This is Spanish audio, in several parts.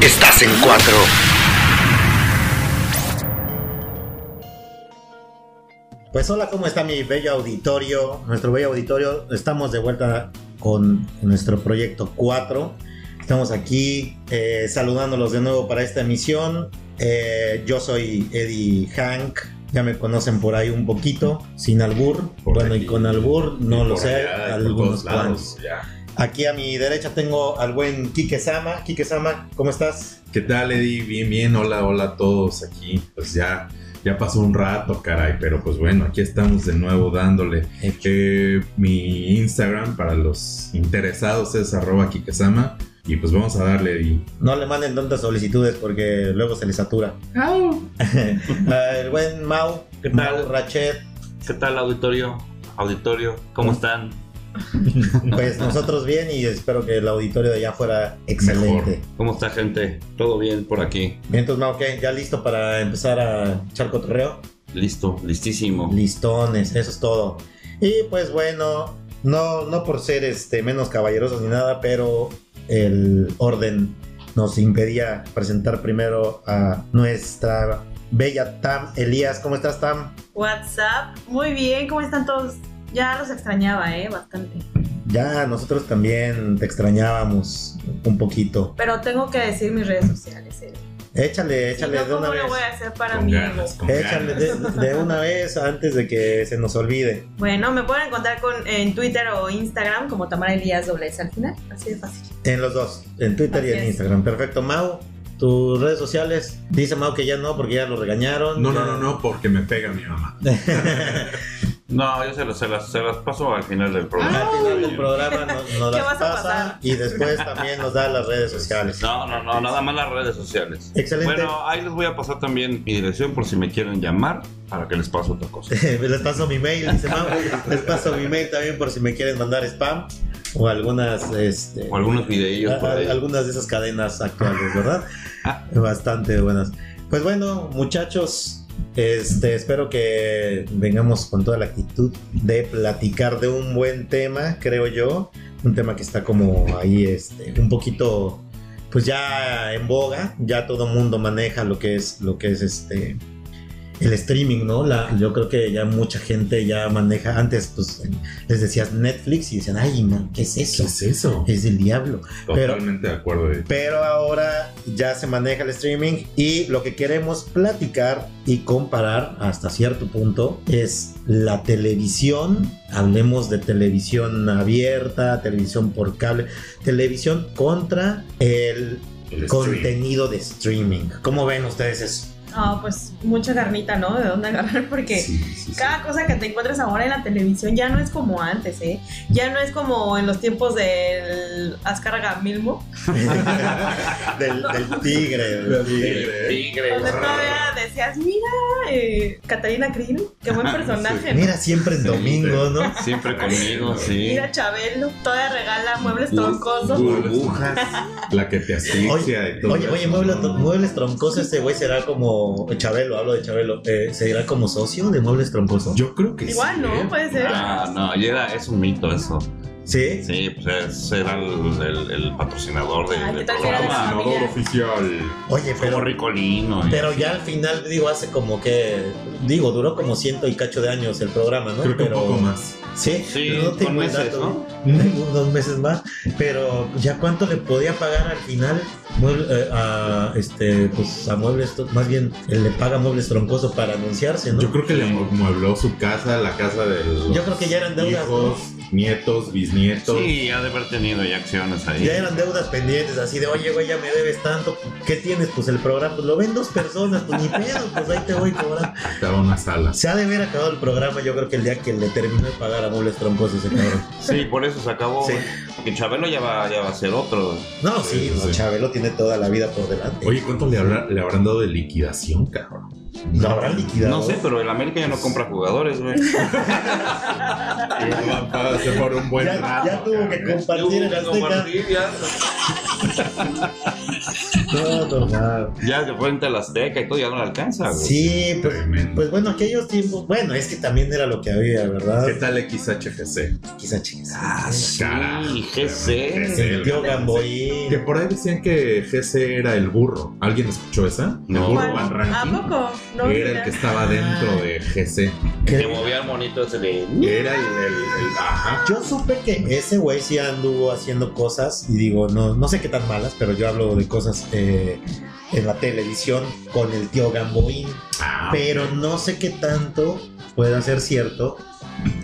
Estás en cuatro. Pues hola, ¿cómo está mi bello auditorio? Nuestro bello auditorio, estamos de vuelta con nuestro proyecto 4. Estamos aquí eh, saludándolos de nuevo para esta emisión. Eh, yo soy Eddie Hank, ya me conocen por ahí un poquito, sin albur. Por bueno, aquí. y con albur, no Y lo por sé, allá, y por algunos todos lados, cuantos. ya. Aquí a mi derecha tengo al buen Kike Sama. Kike Sama, ¿cómo estás? ¿Qué tal, Eddie? Bien, bien, hola, hola a todos aquí. Pues ya, ya pasó un rato, caray, pero pues bueno, aquí estamos de nuevo dándole. Eh, mi Instagram para los interesados es arroba kikesama. Y pues vamos a darle, Eddie. No le manden tantas solicitudes porque luego se les satura. Ah, el buen Mau, ¿Qué Mau tal? Rachet, ¿Qué tal auditorio? Auditorio, ¿cómo están? Pues nosotros bien y espero que el auditorio de allá fuera excelente. ¿Cómo está gente? ¿Todo bien por aquí? Entonces, Mau, ¿qué? ¿Ya listo para empezar a echar cotorreo? Listo, listísimo. Listones, eso es todo. Y pues bueno, no, no por ser este, menos caballerosos ni nada, pero el orden nos impedía presentar primero a nuestra bella Tam Elías. ¿Cómo estás, Tam? WhatsApp. Muy bien, ¿cómo están todos? Ya los extrañaba, ¿eh? Bastante. Ya nosotros también te extrañábamos un poquito. Pero tengo que decir mis redes sociales. ¿eh? Échale, échale Si no, de una ¿cómo vez. lo voy a hacer para Con mí? ganas, con Échale ganas. de, de una vez antes de que se nos olvide. Bueno, me pueden encontrar con, en Twitter o Instagram como Tamara Elías doblez al final. Así de fácil. En los dos, en Twitter y Así en es. Instagram. Perfecto, Mau. Tus redes sociales. Dice Mau que ya no, porque ya lo regañaron. No, Ya- no, no, no, porque me pega mi mamá. No, yo se las, se las, se las paso al final del programa. Al final del programa nos, nos ¿Qué las vas a pasa pasar? y después también nos da las redes sociales. No, no, no, nada más las redes Ah. sociales. Excelente. Bueno, ahí les voy a pasar también mi dirección por si me quieren llamar para que les pase otra cosa. Les paso mi mail, dice Mau. Les paso mi mail también por si me quieren mandar spam o algunas. Este, O algunos videillos por a- ahí. Ah. a- algunas de esas cadenas actuales, ¿verdad? Bastante buenas. Pues bueno, muchachos, este, espero que vengamos con toda la actitud de platicar de un buen tema, creo yo. Un tema que está como ahí, este, un poquito, pues ya en boga. Ya todo mundo maneja lo que es, lo que es este. El streaming, ¿no? La, yo creo que ya mucha gente ya maneja. Antes, pues, les decías Netflix y decían, ay, man, ¿qué es eso? eso? Es del diablo. Pero- Totalmente de acuerdo, Eddie. Pero ahora ya se maneja el streaming y lo que queremos platicar y comparar hasta cierto punto es la televisión. Hablemos de televisión abierta, televisión por cable, televisión contra el El stream. contenido de streaming. ¿Cómo ven ustedes eso? Ah, pues mucha carnita, ¿no? De dónde agarrar porque... Sí, sí, sí. Cada cosa que te encuentres ahora en la televisión ya no es como antes, ¿eh? Ya no es como en los tiempos del Ascar Gamilmo, del, del tigre. del Del tigre. tigre, ¿eh? donde todavía decías, mira, eh, Catalina Krill, qué buen personaje, ¿no? Mira, siempre en domingo, ¿no? Siempre conmigo, sí. Mira Chabelo, todavía regala muebles troncosos. Burbujas. La que te asfixia y todo. Oye, oye, eso, muebles, ¿no? muebles troncosos, este güey será como Chabelo, hablo de Chabelo, eh, será como socio de muebles troncosos. Yo creo que sí. Igual, ¿eh? ¿no? Puede ser. Ah, no, y era, es un mito eso. Sí. Sí, pues es- era el, el- el patrocinador de- Ay, del ¿qué tal que era de programa. familia? Patrocinador oficial. Oye, Como pero, Ricolino. y- pero ya al final, digo, hace como que, digo, duró como ciento y cacho de años el programa, ¿no? Creo que pero, un poco más. Sí, Sí, pero no tengo con el meses, dato, ¿no? Unos dos meses más, pero ya cuánto le podía pagar al final mueble- eh, a este pues a muebles, Tro- más bien él le paga muebles troncoso para anunciarse, ¿no? Yo creo que le muebló su casa, la casa de los Yo creo que ya eran deudas, ¿no? hijos, nietos, bisnietos. Sí, ha de haber tenido ya acciones ahí. Ya eran deudas pendientes, así de, oye, güey, ya me debes tanto. ¿Qué tienes? Pues el programa, pues lo ven dos personas, pues ni pedo, pues ahí te voy cobrando. Estaba una sala. Se ha de haber acabado el programa, yo creo que el día que le terminó de pagar a Muebles Troncos ese cabrón. Sí, por eso se acabó. Sí. Porque Chabelo ya va, ya va a ser otro. No, sí, Sí, no, sí. Chabelo tiene toda la vida por delante. Oye, ¿cuánto le, habrá- le habrán dado de liquidación, cabrón? ¿lo habrán liquidado? No sé, pero el América ya no compra jugadores, güey. Pase por un buen Ya, rato, ya tuvo que cabrón. compartir el Azteca. Compartir, ya. Todo mal. Ya de frente a la Azteca y todo, ya no le alcanza, güey. Sí, pues, Tremendo. pues bueno, aquellos tiempos. Bueno, es que también era lo que había, ¿verdad? ¿Qué tal XHGC? Quizá chicas. Ah, sí, Carajo. GC. Se limpió Que Gamboín. por ahí decían que GC era el burro. ¿Alguien escuchó esa? No. El ¿Cuál? burro Van ¿A Ranking. poco? No, Ah. era el mira. que estaba dentro de GC. Que Que- movía el monito ese de. Era el, el- el- ajá. Yo supe que ese güey sí anduvo haciendo cosas, y digo, no, no sé qué tan malas, pero yo hablo de cosas eh, en la televisión con el tío Gamboín. Ah, Pero no sé qué tanto pueda ser cierto.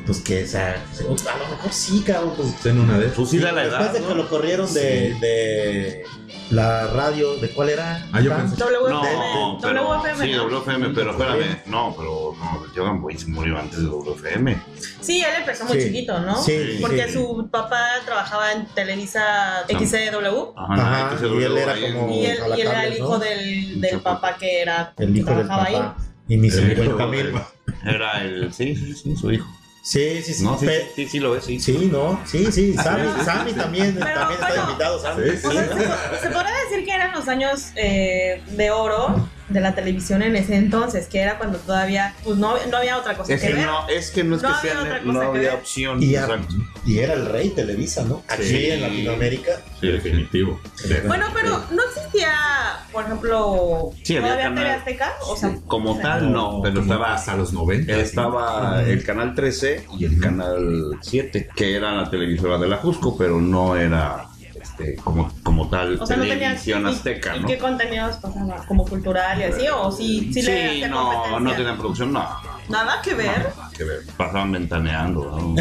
Pues que, o sea, a lo mejor sí, cabrón. Pues, está en una de Pues sí da la después edad. de que ¿no? lo corrieron de, de la radio, ¿de cuál era? Ah, yo Tan- pensé- No, WFM. pero, WFM. sí, WFM, pero espérame, no, pero no, el tío Gamboín se murió antes de WFM. Sí, él empezó muy Sí. chiquito, ¿no? Sí, Porque sí. su papá trabajaba en Televisa Ah. XCW Ajá, Ajá, entonces y él luego era ahí como- en- y él, a la y él era cable, el ¿no? hijo del, del Mucho papá que era El que hijo del trabajaba ahí. papá. Y mis El hijo 50 del- mil. Era el, sí, sí, sí, su hijo. Sí, sí, sí. No, sí, Pe- sí, sí, sí lo es, sí. sí, no. Sí, sí. Sammy, Pero- Sammy también, Pero, también está bueno, invitado, Sammy. Sí, sí. O sea, se, po- se podrá decir que eran los años eh, de oro de la televisión en ese entonces, que era cuando todavía pues no, no había otra cosa Es que que ver. no, es que no es No que había otra sea, cosa no que había ver. opción. Y ya. exacto. Y era el rey Televisa, ¿no? Aquí Sí. en Latinoamérica. Sí, definitivo. De- Bueno, pero no existía, por ejemplo, Sí, había todavía TV canal. Azteca, o sea, Como tal, no, pero Como estaba a los 90. Estaba el canal 13 y el canal 7, que era la televisora de la Jusco, pero no era este, como, como tal o sea, no tenía televisión azteca, ¿y, ¿no? qué contenidos pasaba? ¿Como cultural y así? ¿O sí, sí, le hacía no, no competencia? tenían producción, no. no, Nada que ver. nada que ver. Pasaban ventaneando. No,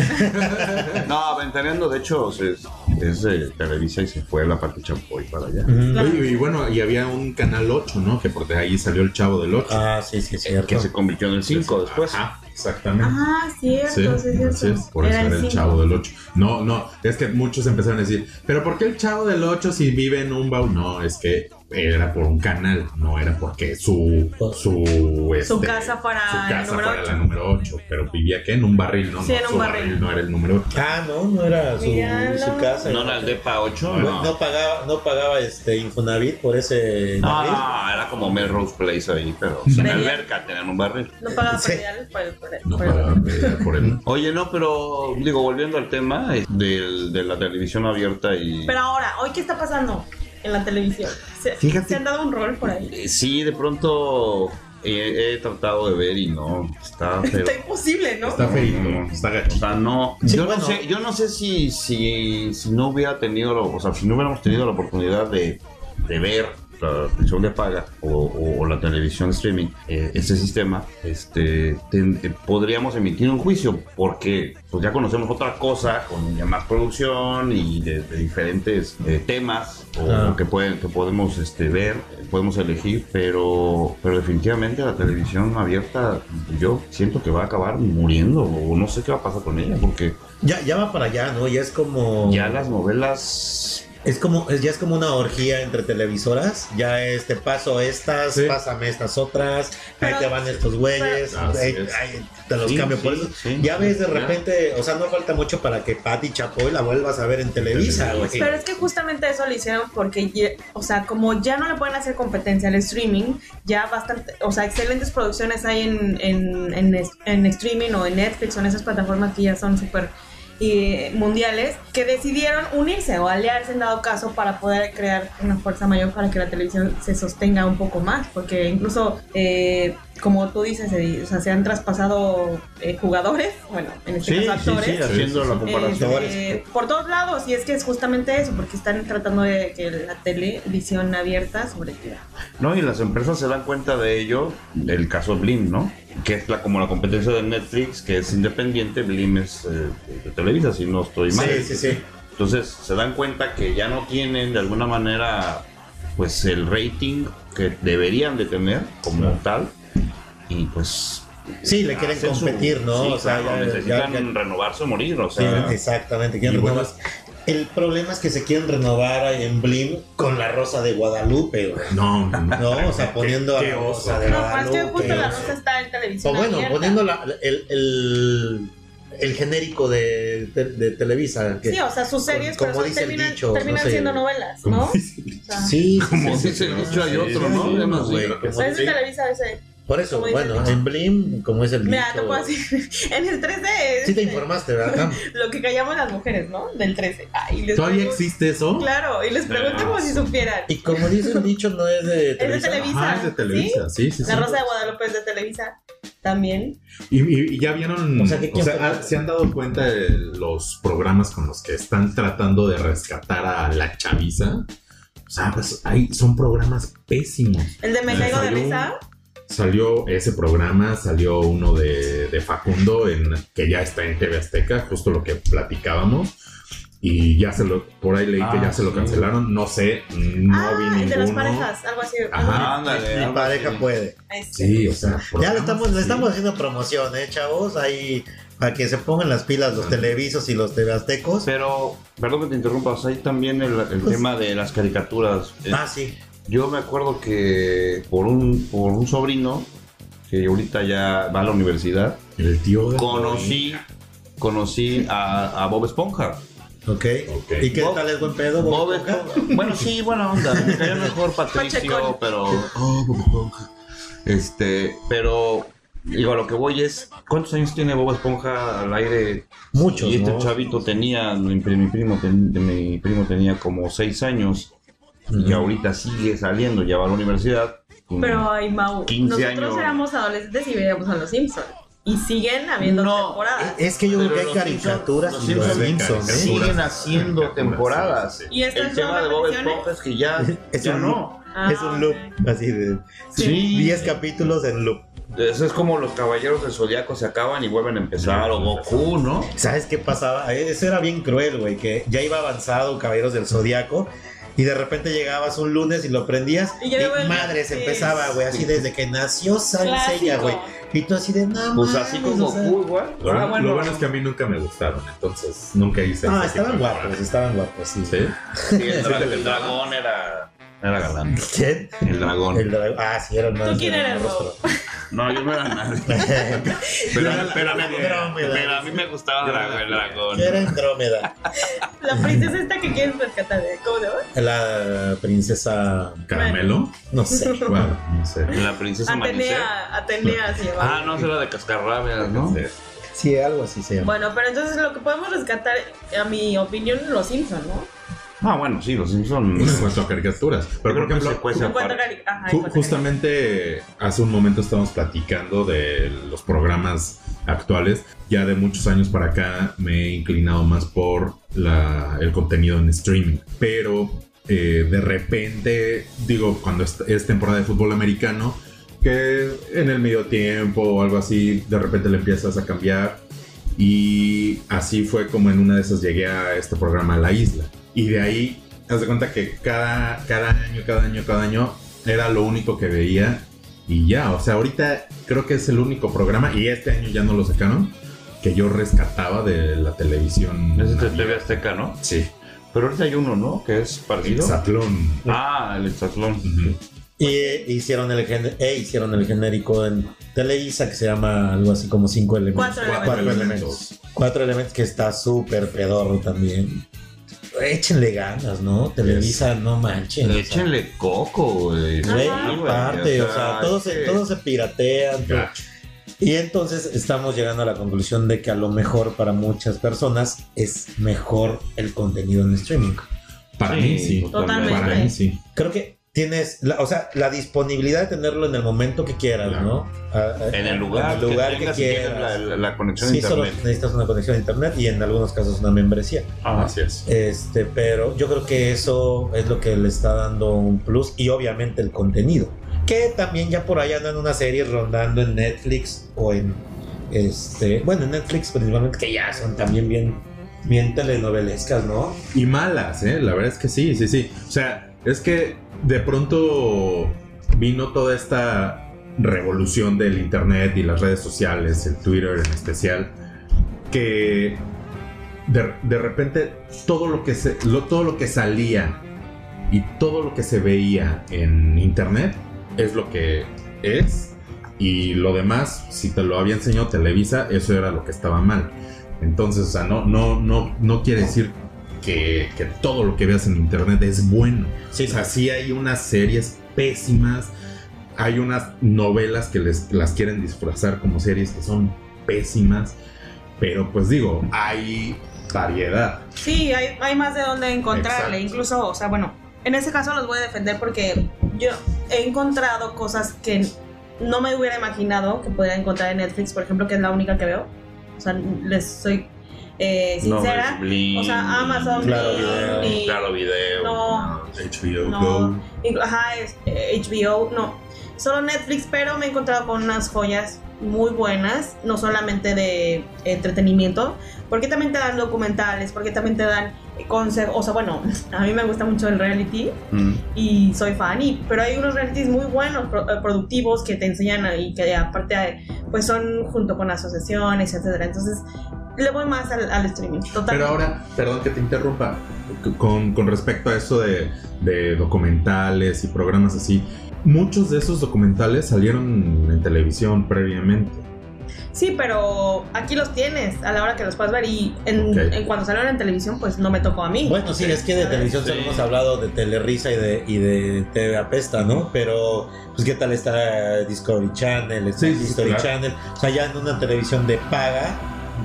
No, ventaneando, de hecho, se- es de Televisa y se fue la parte Champoy para allá. Claro. Oye, y bueno, y había un canal 8, ¿no? Que por de ahí salió el chavo del 8. Ah, sí, sí, es cierto. Eh, Que se convirtió en el 5 después. Ajá, exactamente. Ah, cierto, Sí, sí, cierto. así es, por eso era el cinco. chavo del 8. No, no, es que muchos empezaron a decir, pero ¿por qué el chavo del 8 si vive en un baúl? No, es que era por un canal, no era porque su su, Su este, casa fuera su el casa número fuera ocho. la número 8, pero vivía qué en un barril, no, Sí, no, en un su barril. no era el número 8. Ah, no, no era su, Míralo. su casa. No era el DEPA 8, No, no. no pagaba, no pagaba este Infonavit por ese. Ah, era como Melrose Place ahí, pero sin Predial. alberca, tenían un barril. No pagaba Sí. predial por el- por el- No por el- para pelear por el Oye, no, pero digo, volviendo al tema eh, del- de, la televisión abierta y... Pero ahora, ¿hoy qué está pasando en la televisión? Se, Fíjate. se han dado un rol por ahí. Eh, Sí, de pronto eh, he, he tratado de ver y no, está feo. Está imposible, ¿no? está feito, está O gacho. sea, no, Sí, yo, bueno. no sé, yo no sé si, si, si no hubiera tenido, la- o sea, si no hubiéramos tenido la oportunidad de, de ver la televisión de paga o, o- o la televisión streaming, eh, este sistema, este, ten- eh, podríamos emitir un juicio porque pues ya conocemos otra cosa con ya más producción y de, de diferentes eh, temas o Claro. que, pueden, que podemos este, ver, eh, podemos elegir, pero, pero definitivamente la televisión abierta yo siento que va a acabar muriendo o no sé qué va a pasar con ella porque Ya, ya va para allá, ¿no? Ya es como. ya las novelas Es como, es- ya es como una orgía entre televisoras. Ya es, te paso estas, Sí. pásame estas otras, Pero- ahí te van estos güeyes, pero- ahí- Así es. ahí te los Sí, cambio por sí, eso. sí. ya ves de Ya. repente, o sea, no falta mucho para que Patty Chapoy la vuelvas a ver en Televisa, güey. Pero es que justamente eso lo hicieron porque, ya- o sea, como ya no le pueden hacer competencia al streaming, ya bastante, o sea, excelentes producciones hay en, en, en, es- en streaming o en Netflix o en esas plataformas que ya son súper eh, mundiales, que decidieron unirse o aliarse en dado caso para poder crear una fuerza mayor para que la televisión se sostenga un poco más, porque incluso... eh, como tú dices, Eddie, o sea, se han traspasado eh, jugadores, bueno, en este caso actores, haciendo Sí, sí, la sí. comparación este, por todos lados, y es que es justamente eso, porque están tratando de que la televisión abierta sobreviva. no y las empresas se dan cuenta de ello el caso Blim no que es la como la competencia de Netflix que es independiente Blim es eh, de Televisa si no estoy mal Sí, sí, sí. Entonces se dan cuenta que ya no tienen de alguna manera pues el rating que deberían de tener como tal y pues Sí, le quieren hacen su- competir, ¿no? sí, o sea, claro, ya- necesitan ya- ya- renovarse o morir, o Sí, sea, exactamente. quieren y bueno- renovar. El problema es que se quieren renovar en Blim con la rosa de Guadalupe, güey. No, no, no. No, o sea, poniendo qué a la oso. rosa de No, más que Guadalupe. justo la o sea. rosa está en O televisión. bueno, abierta. poniendo la, el, el- el genérico de, de- de Televisa. que- Sí, o sea, sus series, como pero son- dice el terminan, dicho, terminan no sé. siendo novelas, ¿no? O sea, sí, Como sí, sí, dice el sí, dicho, hay sí, otro, sí, ¿no? sí, Ya no sé. güey, Creo que como pero pues es de sí. Televisa ese. Por eso, como dice el bueno, dicho. en Blim, como es el Mira, te dicho, puedo decir, en el 13 es Sí te este, informaste, ¿verdad? lo que callamos las mujeres, ¿no? Del 13. Ay, les ¿Todavía pregunto- existe eso? Claro, y les pregunto como si supieran. Y como dice el dicho, no es de de Televisa. Televisa. Ah, es de Televisa, sí, sí, sí. La Rosa de Guadalupe es de Televisa también. Y, y- y ya vieron, O o sea, sea, que quién fue- ah, se han dado cuenta de los programas con los que están tratando de rescatar a la chaviza. O sea, pues ahí son programas pésimos. El de Me Me Caigo de salió Risa. Salió ese programa, salió uno de, de Facundo, en, que ya está en TV Azteca, justo lo que platicábamos. Y ya se lo, por ahí leí que Ah, ya se lo sí. cancelaron. No sé, no ah, vi el ninguno. de las parejas, algo así. Ajá. Ándale, Mi algo pareja así. puede. Este. Sí, o sea, Ya le programas estamos, le así. estamos haciendo promoción, ¿eh, chavos? Ahí, para que se pongan las pilas los Ah. televisos y los tebeaztecos. Pero, perdón que te interrumpas, hay también el, el Pues- tema de las caricaturas. Eh, Ah, sí. Yo me acuerdo que por un, por un sobrino, que ahorita ya va a la universidad, El tío de- conocí, conocí a, a Bob Esponja. Ok. Ok. ¿Y qué Bob- tal es buen pedo? Bob Bob Esponja? Esponja. Bueno, sí, buena onda. Me cayó mejor Patricio, Pachecón. pero. Oh, Bob Esponja. Este, pero. Digo, a lo que voy es. ¿Cuántos años tiene Bob Esponja al aire? Muchos, Y este ¿no? chavito tenía. Mi, pri- mi primo ten- de mi primo tenía como seis años. Y Ujú. ahorita sigue saliendo, ya va a la universidad. Pero ay, Mau, 15 nosotros años. éramos adolescentes y veíamos a los Simpsons. Y siguen habiendo No, eh, temporadas. Es que yo creo Pero que hay los caricaturas Simpsons- y los los Simpsons Simpsons, de ¿eh? caricaturas. Siguen haciendo temporadas. Y estas eh, El son tema de Bob repeticiones. Esponja es que ya, Es ya un no. Ah, es un loop ok. así de Sí. 10 capítulos en loop. Eso es como los caballeros del zodiaco se acaban y vuelven a empezar, o Goku, ¿no? ¿Sabes qué pasaba? Eso era bien cruel, güey, que ya iba avanzado Caballeros del Zodiaco y de repente llegabas un lunes y lo prendías Y y, ya iba el- madre se sí. empezaba, güey, así desde que nació Sansella, ah, Clásico. güey. Y tú así de nada Pues Ah, así como Goku Ah, igual. Lo, bueno, lo bueno es que a mí nunca me gustaron, entonces nunca hice Ah, ese tipo estaban de guapos, programas. estaban guapos, sí. Sí. Sí, el, dra- el dragón era. Era galán. ¿Quién? El dragón. El dragón. Ah, sí, era más. ¿Tú quién eres, Rob? No, yo no era nadie. Pero, pero, a mí- pero a mí me gustaba dra- el dragón. Era Andrómeda, La princesa esta que quieren rescatar, ¿eh? ¿cómo se llama? la princesa, Caramelo. no sé. Bueno, no sé. La princesa Manicé. Atenea, Atenea se Ah, llamaba. no, esa era de cascarrabias, ¿no? Sí. Sí, algo así se llama. Bueno, pero entonces lo que podemos rescatar, a mi opinión, los Simpsons, ¿no? Ah, bueno, sí, los Bueno, en Simpsons. pues, cuanto a caricaturas. Pero por creo que se ejemplo, cuesta. En cuanto a cari- ajá, ju- en cuanto a justamente hace un momento estábamos platicando de los programas actuales. Ya de muchos años para acá me he inclinado más por la- el contenido en streaming. Pero eh, de repente, digo, cuando es, es temporada de fútbol americano, que en el medio tiempo o algo así, de repente le empiezas a cambiar. Y así fue como en una de esas llegué a este programa La Isla. Y de ahí, haz de cuenta que cada, cada año, cada año, cada año era lo único que veía. Y ya, o sea, ahorita creo que es el único programa, y este año ya no lo sacaron, que yo rescataba de la televisión. Ese es de TV Azteca, ¿no? Sí, Pero ahorita hay uno, ¿no? Que es parecido. Hexatlón. Ah, el Exatlón. Ujú. Y eh, hicieron el, gen- e hicieron el genérico en Televisa que se llama algo así como cinco elementos. Cuatro elementos. Cuatro elementos que está súper pedorro también. Échenle ganas, ¿no? Televisa, no manchen. o sea. Échenle coco, güey. Güey, Ajá. Sí, güey, aparte, o sea, todos es se, que- todos se piratean. Ya. Y entonces estamos llegando a la conclusión de que a lo mejor para muchas personas es mejor el contenido en streaming. Para Sí, mí sí. totalmente. Para mí sí. Creo que tienes, la- o sea, la disponibilidad de tenerlo en el momento que quieras, Claro. ¿no? A- a- En el lugar, en el lugar que, que, tengas y quieras. tengas la, la- la conexión Sí, a solo internet. necesitas una conexión a internet y en algunos casos una membresía. Ah, Así es. Este, pero yo creo que eso es lo que le está dando un plus y obviamente el contenido. Que también ya por ahí andan unas series rondando en Netflix o en este, bueno, en Netflix principalmente que ya son también bien bien telenovelescas, ¿no? Y malas, ¿eh? La verdad es que sí, sí, sí. O sea, es que de pronto vino toda esta revolución del Internet y las redes sociales, el Twitter en especial, que de, de repente todo lo que, se, lo- todo lo que salía y todo lo que se veía en Internet es lo que es y lo demás, si te lo había enseñado Televisa, eso era lo que estaba mal. Entonces, o sea, no, no, no, no quiere decir que, que todo lo que veas en internet es bueno. Sí, O sea, sí hay unas series pésimas, hay unas novelas que les, las quieren disfrazar como series que son pésimas, pero pues digo, hay variedad. Sí, hay, hay más de dónde encontrarle. Exacto. Incluso, o sea, bueno, en ese caso los voy a defender porque yo he encontrado cosas que no me hubiera imaginado que pudiera encontrar en Netflix, por ejemplo, que es la única que veo. O sea, les soy eh, sincera. o sea, Amazon, Claro ni- Video, ni- Claro Video, No. HBO No. Go. Inclu- Ajá, es, eh, HBO, no. Solo Netflix, pero me he encontrado con unas joyas muy buenas, no solamente de entretenimiento, porque también te dan documentales, porque también te dan eh, consejos, o sea, bueno, a mí me gusta mucho el reality Mm. y soy fan, y, pero hay unos realities muy buenos, pro- eh, productivos, que te enseñan y que aparte eh, pues son junto con asociaciones, etcétera Entonces, le voy más al, al streaming, totalmente. Pero ahora, perdón que te interrumpa, c- con, con respecto a eso de, de documentales y programas así, muchos de esos documentales salieron en televisión previamente. Sí, pero aquí los tienes a la hora que los puedes ver y en, Ok. en cuando salieron en televisión pues no me tocó a mí. Bueno, sí, es que de televisión solo hemos hablado de Telerisa y de, y de TV Apesta, ¿no? Pero, pues, ¿qué tal está Discovery Channel? Está Sí, sí, History claro. Channel. O sea, ya en una televisión de paga,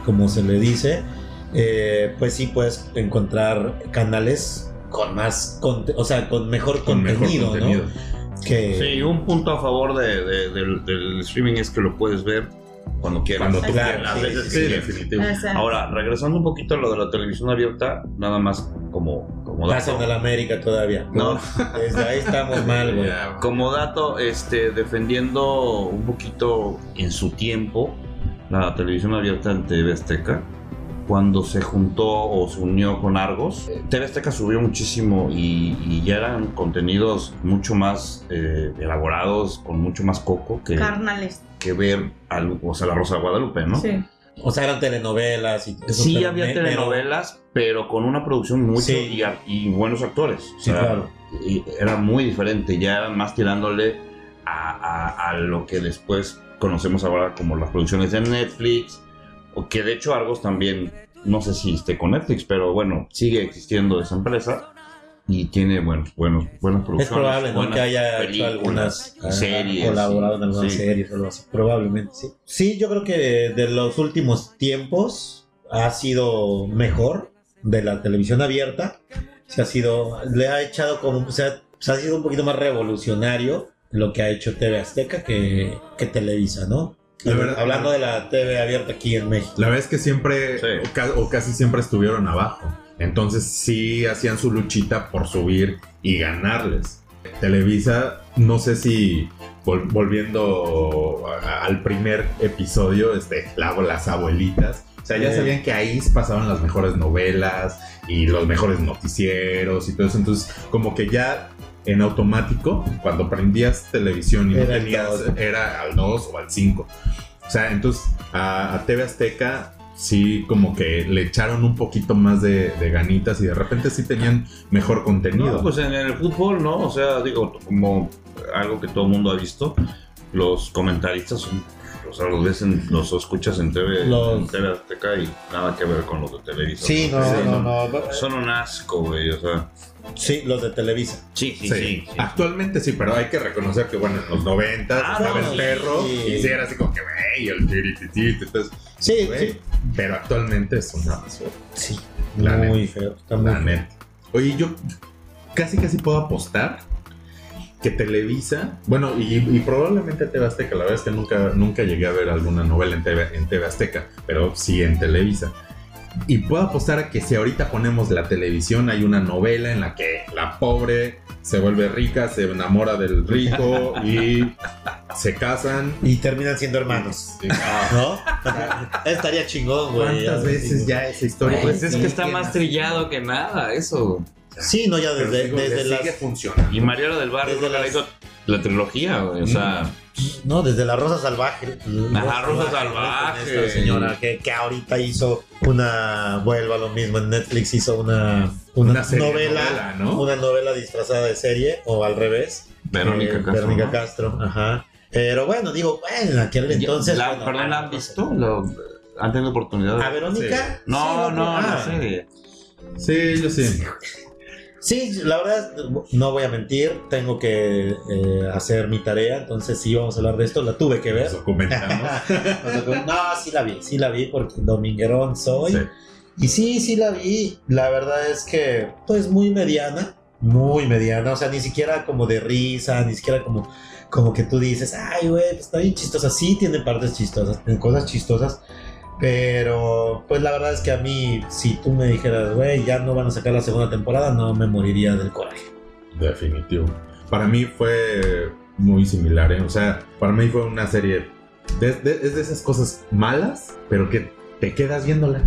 como se le dice, eh, pues sí puedes encontrar canales con más, conte- o sea, con mejor Con contenido, mejor contenido. ¿no? Que, Eh, Sí, un punto a favor de- de- del, del streaming es que lo puedes ver cuando quieras. Cuando tú Claro, Las sí, veces sí, que sí, quieras. definitivo. O sea, Ahora, regresando un poquito a lo de la televisión abierta, nada más como, como dato. Nacional América todavía. No, Desde ahí estamos mal, güey. Ya, como dato, este, defendiendo un poquito en su tiempo la televisión abierta en TV Azteca, cuando se juntó o se unió con Argos, eh, TV Azteca subió muchísimo y, y ya eran contenidos mucho más eh, elaborados, con mucho más coco que, carnales. que ver, al, o sea, La Rosa de Guadalupe, ¿no? Sí. O sea, eran telenovelas y eso, Sí pero había me- pero- telenovelas, pero con una producción mucho Sí. y, a- y buenos actores. O Sí, sea, claro. y era muy diferente, ya eran más tirándole a, a- a lo que después conocemos ahora como las producciones de Netflix, o que de hecho Argos también, no sé si esté con Netflix, pero bueno, sigue existiendo esa empresa y tiene buenos, buenos, buenas Es producciones. probable ¿no? buenas que haya hecho películas, algunas ah, series. colaborado en sí, algunas sí. series o algo así. Probablemente, sí. Sí, yo creo que de, de los últimos tiempos ha sido mejor de la televisión abierta. Se ha sido, le ha echado como, o sea, se ha sido un poquito más revolucionario lo que ha hecho TV Azteca que, que Televisa, ¿no? La verdad- Hablando de la TV abierta aquí en México. La verdad es que siempre, Sí. o, ca- o casi siempre estuvieron abajo. Entonces sí hacían su luchita por subir y ganarles. Televisa, no sé si vol- volviendo a- al primer episodio, este, la- las abuelitas. O sea, ya Sí. sabían que ahí pasaban las mejores novelas y los mejores noticieros y todo eso. Entonces, como que ya en automático, cuando prendías televisión y no Era el tenías, dos. era al 2 o al 5. O sea, entonces a, a TV Azteca sí como que le echaron un poquito más de, de ganitas y de repente sí tenían mejor contenido. No, pues en el fútbol, ¿no? O sea, digo, como algo que todo el mundo ha visto, los comentaristas son- O sea, los ves en- los escuchas en TV, Los- en TV Azteca y nada que ver con los de televisión. Sí, no, Sí, no, no. Son un asco, güey, o sea. Sí, los de Televisa. Sí, Sí. Ah, Actualmente sí, pero hay que reconocer que bueno, en los 90 Ah, estaba no, el perro sí. y sí era así como que güey, el tirititito, entonces, Sí, güey, sí. pero actualmente es una basura, Sí, La muy feo. Está muy la neta. Oye, yo casi casi puedo apostar que Televisa, bueno, y, y probablemente TV Azteca, la verdad es que nunca, nunca llegué a ver alguna novela en TV, en TV Azteca, pero sí en Televisa. Y puedo apostar a que si ahorita ponemos la televisión, hay una novela en la que la pobre se vuelve rica, se enamora del rico y se casan. Y terminan siendo hermanos. Y- ah, ¿No? Estaría chingón, güey. ¿Cuántas veces ya esa historia? Pues Ay, es sí, que está qué más asco. trillado que nada, eso. Sí, no, ya Pero desde, digo, desde le las. sigue funcionando. Y Mariano del Barrio Desde creo que le las- hizo la trilogía, güey, o sea. Mm. No, desde la Rosa Salvaje. Ajá, Rosa Con Salvaje. Esta señora que, que ahorita hizo una. Vuelvo a lo mismo. En Netflix hizo una. Una, Una serie, novela, novela, ¿no? Una novela disfrazada de serie o al revés. Verónica Eh, Castro. Verónica ¿no? Castro, ajá. Pero bueno, digo, bueno, aquel entonces. La- bueno, perdón, ¿la han no sé. visto? Lo- ¿Han tenido oportunidad? de- ¿A Verónica? No, Sí, no, ah, la serie. Sí, yo sí. Sí, la verdad, no voy a mentir, tengo que eh, hacer mi tarea, entonces sí vamos a hablar de esto, la tuve que ver. pues, Eso comentamos. no, sí la vi, sí la vi porque dominguerón soy. Sí. Y sí, sí la vi, la verdad es que pues muy mediana, muy mediana, o sea, ni siquiera como de risa, ni siquiera como, como que tú dices, ay, güey, pues está bien chistosa, sí tiene partes chistosas, tiene cosas chistosas. Pero, pues la verdad es que a mí, si tú me dijeras, güey, ya no van a sacar la segunda temporada, no me moriría del coraje. Definitivo. Para mí fue muy similar, ¿eh? O sea, para mí fue una serie. de- de- es de esas cosas malas, pero que te quedas viéndola.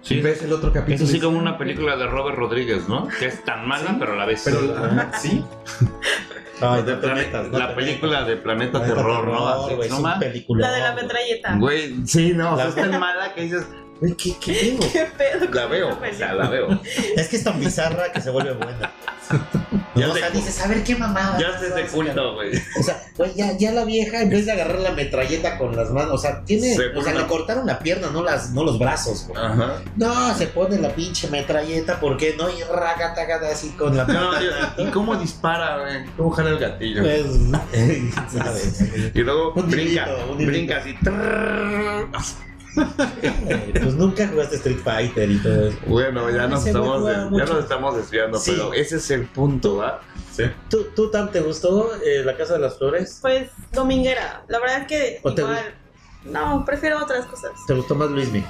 Sí. Y ves el otro capítulo. Es así y- como Este, una película de Robert Rodríguez, ¿no? Que es tan mala, Sí. pero a la vez. "Ah, Pero, ajá, sí. Ay, La- la- la película de Planeta Planeta Terror, ¿no? Así, güey, es no un mames. peliculón, La de la güey. metralleta. Güey, sí, no, o sea, La- es tan mala que dices, Güey, ¿Qué, qué tengo? ¿Qué pedo? la veo, Esa o sea, la veo. Es que es tan bizarra que se vuelve buena. Ya No, o te- sea, dices, a ver qué mamada. Ya se de culto, güey. O sea, güey, ya, ya la vieja, en vez de agarrar la metralleta con las manos, o sea, tiene. Se o sea, pone le la- cortaron la pierna, no las, no los brazos, güey. Ajá. No, se pone la pinche metralleta, ¿por qué no? Y ragatagada así con la No, pierna. yo- ¿Y cómo dispara, güey? ¿Cómo jala el gatillo? Pues, ¿sabes? Y luego Un brinca, hilito, un hilito. brinca así. trrr. Eh, Pues nunca jugaste Street Fighter y todo eso. Bueno, ya nos, Ese estamos, güey juega ya mucho. nos estamos desviando, Sí. pero ese es el punto, ¿va? Sí. ¿Tú, tú Tam, te gustó eh, La Casa de las Flores? Pues dominguera. La verdad es que ¿O te igual. No, prefiero otras cosas. ¿Te gustó más Luismi?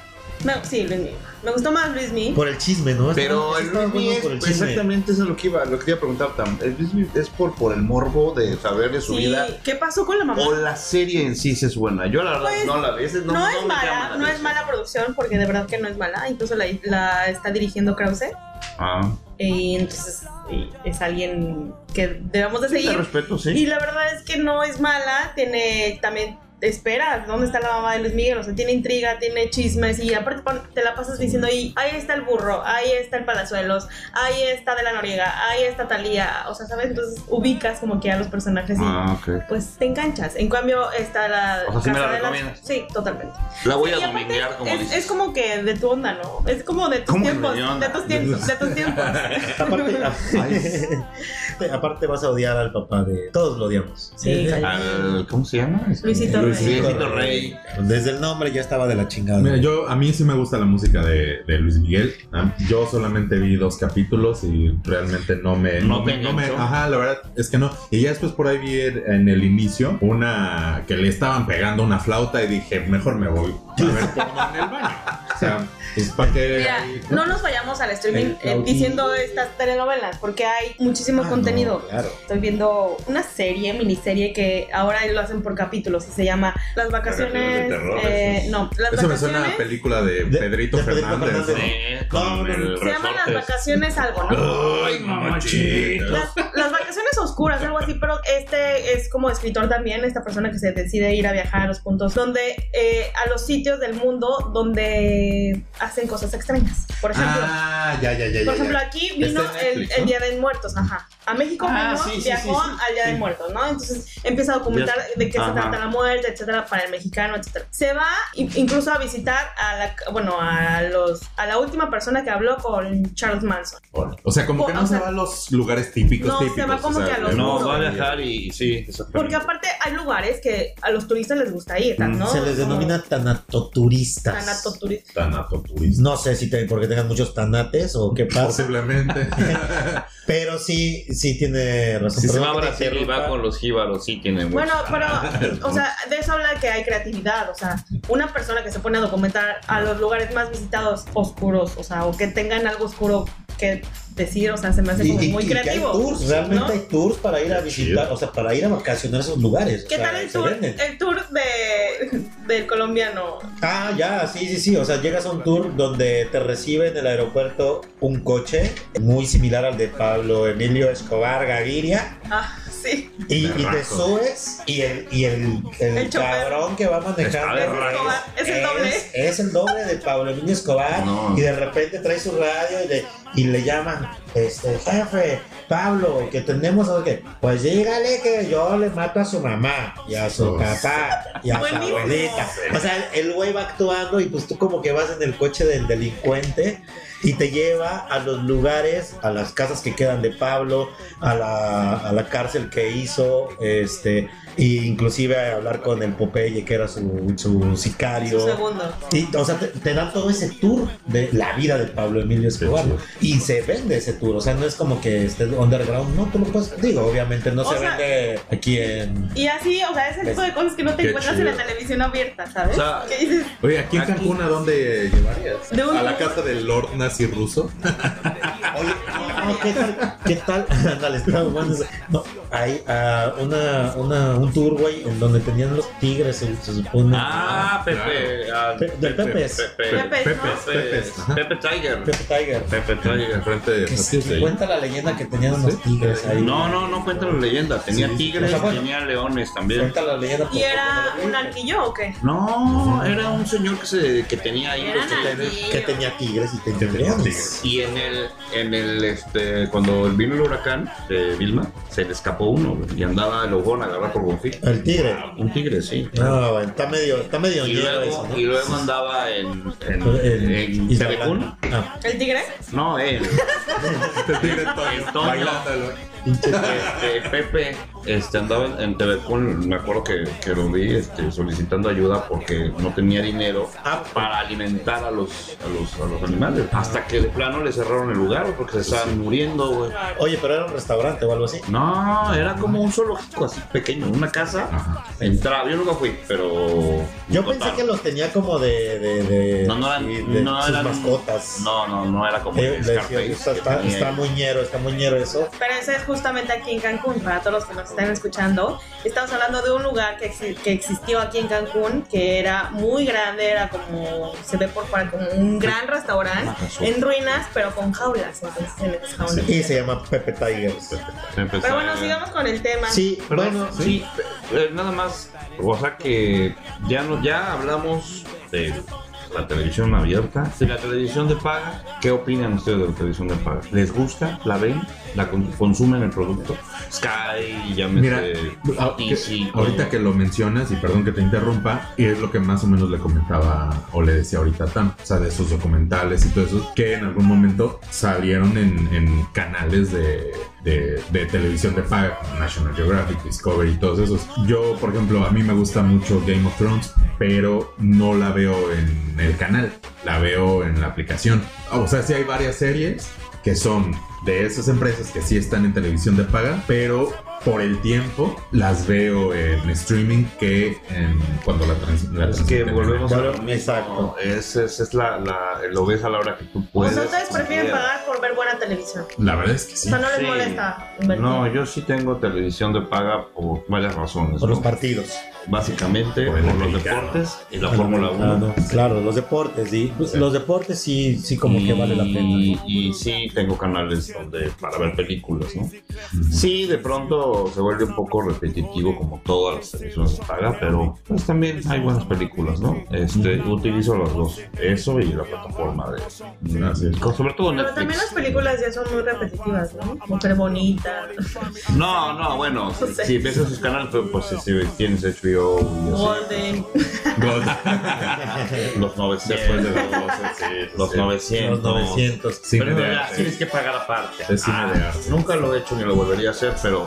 Me, sí, Luis Miguel. Me gustó más Luis Miguel. Por el chisme, ¿no? Estaba- Pero el estaba Luismi bueno es, por el pues, chisme. exactamente eso es lo que iba, lo que quería preguntar Tam. El Luismi es por, por el morbo de saber de su Sí, vida. ¿qué pasó con la mamá? O la serie en sí sí es buena. Yo la verdad Pues, no la vi. ese No, no es me llama mala, la no es atención. mala producción, porque de verdad que no es mala. Incluso la, la está dirigiendo Krause. Ah, Y entonces y es alguien que debemos de te seguir. respeto, sí. Y la verdad es que no es mala, tiene también esperas dónde está la mamá de Luis Miguel, o sea, tiene intriga, tiene chismes y aparte pon- te la pasas diciendo ahí, ahí está el burro, ahí está el Palazuelos, ahí está de la Noriega, ahí está Talía, o sea, sabes, entonces ubicas como que a los personajes y Ah, ok. pues te enganchas. En cambio está la O sea, sí me la Casa de las- recomiendas. Sí, totalmente. La voy Y a aparte, dominguear, como es, dices. es como que de tu onda, ¿no? Es como de tus ¿Cómo que tiempos, de mi de onda? tus tiempos, de tus tiempos. Aparte, Ay. aparte- aparte vas a odiar al papá de... Todos lo odiamos. Sí, Desde- Al- Ah, ¿Cómo se llama? Este, Luisito Rey. Luisito Rey. Desde el nombre ya estaba de la chingada. Mira, yo, a mí sí me gusta la música de, de Luis Miguel. Ah, Yo solamente vi dos capítulos y realmente no me. No me, te me- enganchó. Ajá, la verdad es que no. Y ya después por ahí vi en- en el inicio una que le estaban pegando una flauta y dije, mejor me voy. A ver porno en el baño. O sea, pues para que. Mira, no nos vayamos al streaming El eh, diciendo estas telenovelas, porque hay muchísimo Ah, contenido. no, claro. Estoy viendo una serie, miniserie, que ahora lo hacen por capítulos y se llama Las vacaciones. Vacaciones de terror, eh, eso es- no, las Eso me suena a vacaciones. película de, De- Pedrito de Pedrito Fernández. Fernández. ¿no? Sí, No, no, eh, con no. el se llaman Las resortes. vacaciones algo, ¿no? Ay, mamachita. Las, las vacaciones oscuras, algo así, pero este es como escritor también, esta persona que se decide ir a viajar a los puntos donde, eh, a los sitios del mundo donde hacen cosas extrañas. Por ejemplo, Ah, ya, ya, ya. Por ya, ejemplo, ya. aquí vino Está en Netflix, el, el ¿no? Día de Muertos, ajá. A México Ah, vino, sí, sí, viajó sí, sí. al Día de Sí. Muertos, ¿no? Entonces empieza a documentar de qué Ajá. se trata la muerte, etcétera, para el mexicano, etcétera. Se va i- incluso a visitar a la, bueno, a los, a la última persona que habló con Charles Manson. O sea, como que o no se sea, va a los lugares típicos. no, se va típicos, o como sea, que a los No, oscuro. va a viajar y, y sí, Porque exactamente. aparte hay lugares que a los turistas les gusta ir, Mm. ¿no? Se les Como denomina tanatoturistas. tanatoturistas. Tanatoturista. No sé si te- porque tengan muchos tanates o qué pasa, Posiblemente. pero sí, sí tiene razón. Si se Perdón va que a te Brasil y va interrumpa. con los jíbaros, sí tienen Bueno, muchos. Ah, pero, o sea, de eso habla que hay creatividad. O sea, una persona que se pone a documentar a los lugares más visitados oscuros, o sea, o que tengan algo oscuro que decir, o sea, se me hace Y- como y- muy y que hay creativo. tours, realmente ¿no? hay tours para ir a Qué visitar, chido. o sea, para ir a vacacionar a esos lugares. o ¿Qué sea, tal el se tour, venden. el tour de, del colombiano? Ah, ya, sí, sí, sí. O sea, llegas a un tour donde te recibe en el aeropuerto un coche muy similar al de Pablo Emilio Escobar Gaviria. Ah, Sí. Y, De y te raco. subes y el, y el, el El chofer. cabrón que va Está manejando de es, raco. Es el doble. es- es el doble de Pablo Emilio Escobar No. y de repente trae su radio y le, y le llaman, este, jefe, Pablo, que tenemos algo que, pues dígale que yo le mato a su mamá y a su Oh. papá y a su Buenísimo. abuelita. O sea, el güey va actuando y pues tú como que vas en el coche del delincuente y te lleva a los lugares, a las casas que quedan de Pablo, a la, a la cárcel que hizo, este, e inclusive a hablar con el Popeye, que era su, su Su sicario. segundo. Y, o sea, te, te dan todo ese tour de la vida de Pablo Emilio Escobar. Sí, Y se vende ese tour. O sea, no es como que estés underground. No, tú lo puedes. Digo, obviamente no O se sea- vende aquí en. Y así, o sea, ese tipo de cosas que no te Qué encuentras chido. en la televisión abierta, ¿sabes? O sea, ¿Qué dices? Oye, aquí en Aquí. Cancún, ¿a dónde llevarías? De un- ¿A la casa del Lord nazi ruso? Oye, no, ¿qué tal? ¿Qué tal? Ándale, está bueno eso. No, hay ah, una, una, un tour, güey, en donde tenían los tigres, se, se supone. Ah, Pepe. ah, Pe- de Pepes. Pepe. Pepe, ¿no? Pepe, Pepes, ajá. Pepe Tiger. Pepe Tiger. Pepe Ahí Tiger. enfrente de Que se- Patio Sey. cuenta la leyenda que tenían unos tigres ahí. No, no, no cuenta la leyenda. Tenía Sí. tigres, O sea, bueno. Pues, tenía leones también. Cuenta la leyenda. ¿Y porque era cuando lo un vi, arquillo o qué? No, era un señor que se que tenía ahí los Eran tigres. arquillos. Pues Que tenía tigres y tenía leones. Y en el, en el, este, cuando vino el huracán de Vilma, se le escapó uno güey, y andaba Logón agarrado por Bonfil. El tigre. Un tigre, sí. No, bueno, está medio, está medio Y ñero luego, Ah, eso, ¿no? y luego andaba en, en, El- en Isla Telecún. Blanca. Ah, ¿El tigre? No, él. Este tigre Toño, El Toño. bailándolo. pinche- Este, Pepe este, andaba en, en Telecún, me acuerdo que, que lo vi este, solicitando ayuda porque no tenía dinero Ah, para alimentar a los, a los, a los animales. Hasta que de plano le cerraron el lugar güey, porque se estaban muriendo, güey. oye, pero era un restaurante o algo así. No, era como un zoológico así pequeño, una casa. Ajá. Entraba, yo nunca fui, pero. Yo total. pensé que los tenía como de. de, de No, no eran- sí, de no sus eran- mascotas. No, no, no era como. Eh, el le Scarface decía, está, que está, tenía está ahí. muy ñero, está muy ñero eso. Pero ese es justamente aquí en Cancún, para todos los que nos están escuchando. Estamos hablando de un lugar que, exi- que existió aquí en Cancún, que era muy grande, era como, se ve por fuera como un gran restaurante, en ruinas, pero con jaulas, entonces en esas jaulas. Y se llama Pepe Tigers. Empezó Pero bueno, a- sigamos con el tema. Sí, Perdón, bueno, sí, eh, nada más, o sea que ya no, ya hablamos de la televisión abierta, de la televisión de paga. ¿Qué opinan ustedes de la televisión de paga? ¿Les gusta? ¿La ven? ¿La con- consumen el producto? Sky, llámese Mira, ah, que- Easy, ahorita que lo mencionas, y perdón que te interrumpa, y es lo que más o menos le comentaba o le decía ahorita a Tam, o sea, de esos documentales y todo eso, que en algún momento salieron en, en canales de, de- de televisión de paga, como National Geographic, Discovery y todos esos. Yo, por ejemplo, a mí me gusta mucho Game of Thrones, pero no la veo en el canal, la veo en la aplicación. O sea, sí hay varias series que son de esas empresas que sí están en televisión de paga, pero por el tiempo las veo en streaming que en- cuando la, trans, la Es que transmiten. volvemos a lo Claro, mismo. exacto. Es, es, es la, la, lo ves a la hora que tú o puedes. sea, ustedes prefieren Quieras. pagar por ver buena televisión. La verdad es que O sí. sea, no les Sí. molesta invertir. No, yo sí tengo televisión de paga por varias razones. por los ¿no? partidos. Básicamente Por por, el los americano. deportes y la Fórmula 1. Claro, claro, los deportes, sí. Pues, Los deportes sí, sí como que vale la Y, pena. y sí, tengo canales donde para ver películas, ¿no? Sí, de pronto se vuelve un poco repetitivo como todas las televisiones de paga, pero pues también hay buenas películas, ¿no? Este, yo utilizo las dos, eso y la plataforma de... Así es. con- Sobre todo Pero también las Netflix. películas ya son muy repetitivas, ¿no? Mujer bonita. No, no, bueno, si, sé. si ves esos canales, pues, pues, si tienes HBO y así, Golden. Gold. los 900, Después de los 12, sí. los sí. 900. Los 900. Cine pero de ya, arte. tienes que pagar aparte. Ah, Es cine de arte. Nunca lo he hecho ni lo volvería a hacer, pero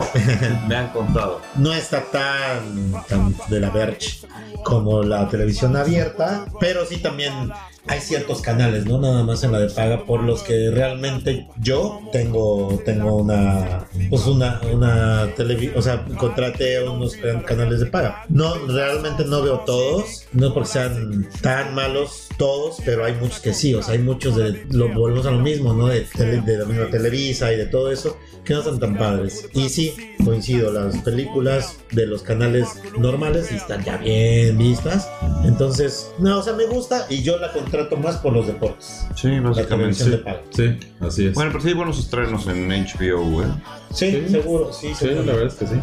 me han contado. no está tan, tan de la verge como la televisión abierta, pero sí también hay ciertos canales, ¿no? Nada más en la de paga por los que realmente yo tengo tengo una pues una una televisión, o sea, contraté unos gran- canales de paga. No realmente no veo todos, no porque sean tan malos todos, pero hay muchos que sí, o sea, hay muchos de lo volvemos a lo mismo, ¿no? De, tele- de la misma Televisa y de todo eso que no están tan padres. Y sí, coincido, las películas de los canales normales están ya bien vistas. Entonces, no, o sea, me gusta y yo la, con- contrato más por los deportes. Sí, La básicamente. televisión de sí. pago. Sí, así es. Bueno, pero sí hay buenos estrenos en HBO, ¿eh? Sí, Sí. seguro, sí, sí, seguro. la verdad es que sí.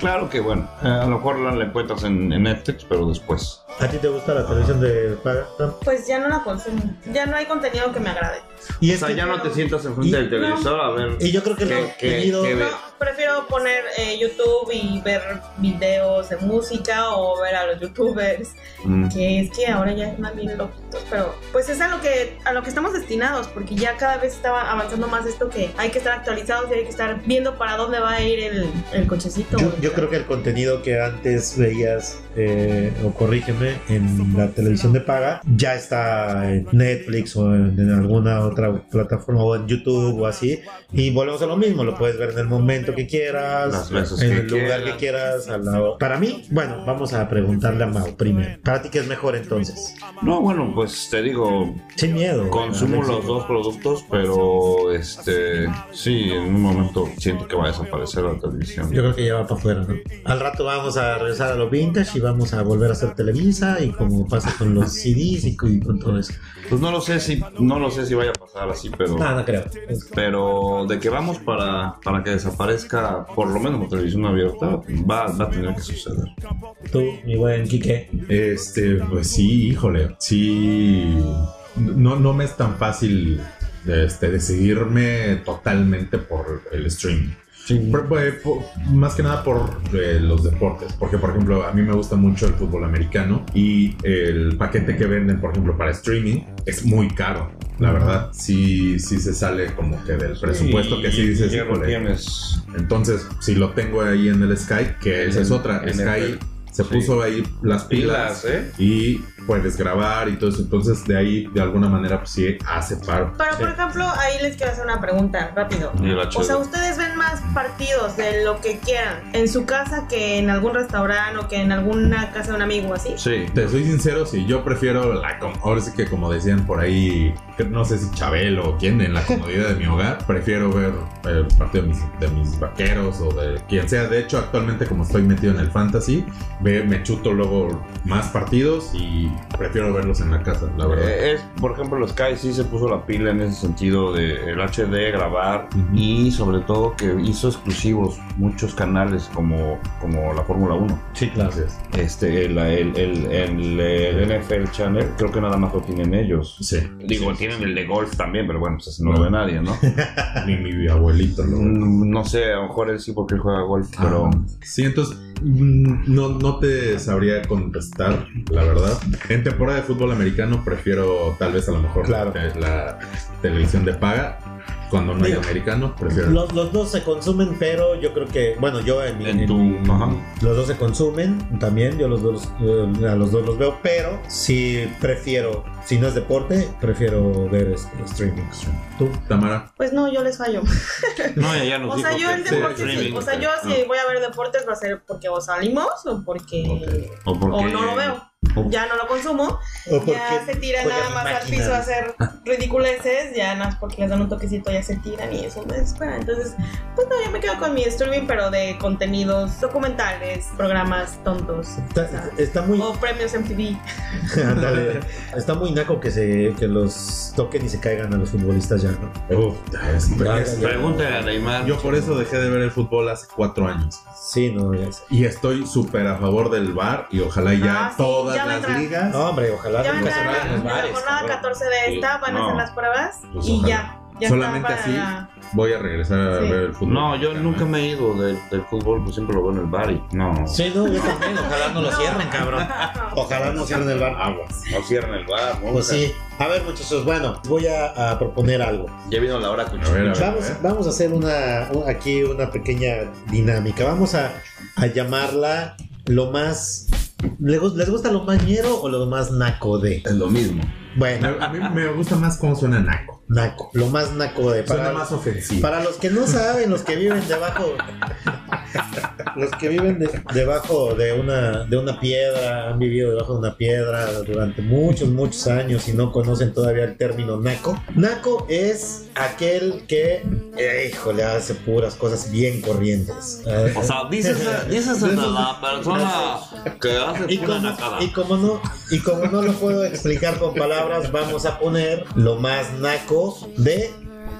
Claro que bueno, eh, a lo mejor la, la encuentras en, en Netflix, pero después. ¿A ti te gusta la televisión de paga? Tom? Pues ya no la consumo. Ya no hay contenido que me agrade. Y o sea, que- ya no te sientas enfrente y- del televisor a ver. Y yo creo que el ¿Qué- qué- contenido- qué No, ve? prefiero poner eh, YouTube y ver videos de música o ver a los youtubers. Mm. Que es que ahora ya están bien loquitos. Pero pues es a lo que a lo que estamos destinados, porque ya cada vez estaba avanzando más esto que hay que estar actualizados y hay que estar viendo para dónde va a ir el, el cochecito. Yo, yo creo que el contenido que antes veías, eh, o corrígeme, en la televisión de paga, ya está en Netflix o en, en alguna otra plataforma o en YouTube o así. Y volvemos a lo mismo, lo puedes ver en el momento que Las quieras, veces en que el lugar que quieras. a la hora. Para mí, bueno, vamos a preguntarle a Mau primero. ¿Para ti qué es mejor entonces? No, bueno, pues te digo, Sin miedo. consumo Alexis. los dos productos, pero este, sí, en un momento siento que va a desaparecer la televisión. Yo creo que ya va para afuera, ¿no? Al rato vamos a regresar a lo vintage y vamos a volver a hacer Televisa y como pasa con los CDs y con, y con todo eso. Pues no lo sé si, no lo sé si vaya a pasar así, pero, No, no creo. pero de que vamos para, para que desaparezca, por lo menos la televisión abierta, va, va a tener que suceder. Tú, mi buen Quique. Este, pues sí, híjole. Sí. No, no me es tan fácil este, decidirme totalmente por el streaming. Por- eh, por- por- más que nada por eh, los deportes, porque por ejemplo a mí me gusta mucho el fútbol americano y el paquete que venden por ejemplo para streaming es muy caro, la verdad, sí, sí se sale como que del presupuesto que sí dices, ya lo "Híjole". tienes. entonces si lo tengo ahí en el Sky, que esa es otra, En el- Sky se sí. puso ahí las pilas Pilas, ¿eh? y puedes grabar y todo eso, entonces de ahí de alguna manera pues sí hace paro. Pero por ejemplo, ahí les quiero hacer una pregunta rápido. Y el O sea, HD. ustedes ven más partidos de lo que quieran en su casa que en algún restaurante o que en alguna casa de un amigo así. Sí. Te soy sincero, sí, yo prefiero la com- ahora sí que como decían por ahí, que no sé si Chabelo o quién, en la comodidad de mi hogar, prefiero ver el partido de mis, de mis vaqueros o de quien sea. De hecho, actualmente como estoy metido en el fantasy, ve- me chuto luego más partidos y prefiero verlos en la casa, la verdad. Eh, Es, por ejemplo, los Sky sí se puso la pila en ese sentido de el HD grabar Ujú. y sobre todo que hizo exclusivos muchos canales como, como la Fórmula 1. Sí, claro. Gracias. Este, el, el, el, el- el NFL Channel, creo que nada más lo tienen ellos. Sí, Digo, tienen el de golf también, pero bueno, pues no lo ve nadie, ¿no? ni mi abuelito lo ve. Mm, No sé, a lo mejor él sí porque él juega golf, pero... Pero sí, entonces mm, no, no te sabría contestar, la verdad. En temporada de fútbol americano prefiero tal vez a lo mejor Claro. te- la televisión de paga. Cuando no hay Digo, americano, prefiero... Los, los dos se consumen, pero yo creo que, bueno, yo en, mi- En en- tu... Ajá. los dos se consumen también, yo los dos, eh, a los dos los veo, pero si prefiero, si no es deporte, prefiero ver este, streaming. Tú, Tamara. Pues no, yo les fallo. No, ya, ya nos O sea, dijo yo que- el deporte sí. streaming, O sea, yo ah. si voy a ver deportes va a ser porque o salimos o porque... Ok. O, porque... O no lo veo. o- Ya no lo consumo. o porque Ya se tiran juegan nada más al máquinas. piso a hacer ridiculeces. Ya nada más porque les dan un toquecito ya se tiran y eso me espera. Entonces, pues no, yo me quedo con mi streaming, pero de contenidos documentales, programas tontos. está, está muy O premios MTV. Ándale. Está muy naco que se que los toquen y se caigan a los futbolistas ya, ¿no? Uf, es- es- Pregúntale a Neymar. yo por eso dejé de ver el fútbol hace cuatro años. Sí, no, ya sé. Y estoy súper a favor del bar y ojalá ya Ah, sí, todas ya va a las entrar. ligas... No, hombre, ojalá Ya van nunca se a vayan la, los la bares. jornada cabrón. 14 de esta, van a No. hacer las pruebas Pues y ojalá. ya. ya está Solamente para así la- Voy a regresar a Sí. ver el fútbol. No, yo nunca me he ido del, del fútbol, pues siempre lo veo en el bar y no. Sí, no, yo también, ojalá no lo cierren, cabrón. Ojalá no cierren el bar. Aguas, no cierran el bar, ¿no? Pues sí. A ver, muchachos, bueno, voy a, a proponer algo. Ya vino la hora con A ver, a ver. Vamos, vamos a hacer una un- aquí una pequeña dinámica. Vamos a, a llamarla lo más ¿les, gu- les gusta lo más ñero o lo más naco de? Es lo mismo. Bueno, A mí me gusta más cómo suena Naco. naco, lo más naco de Suena más ofensivo. Para los que no saben, los que viven debajo, los que viven de- debajo de una, de una piedra, han vivido debajo de una piedra durante muchos, muchos años y no conocen todavía el término naco. Naco es aquel que, eh, híjole, hace puras cosas bien corrientes. Eh, O sea, dices, dices a la persona que hace y pura como, nacada. y como no y como no lo puedo explicar con palabras vamos a poner lo más naco de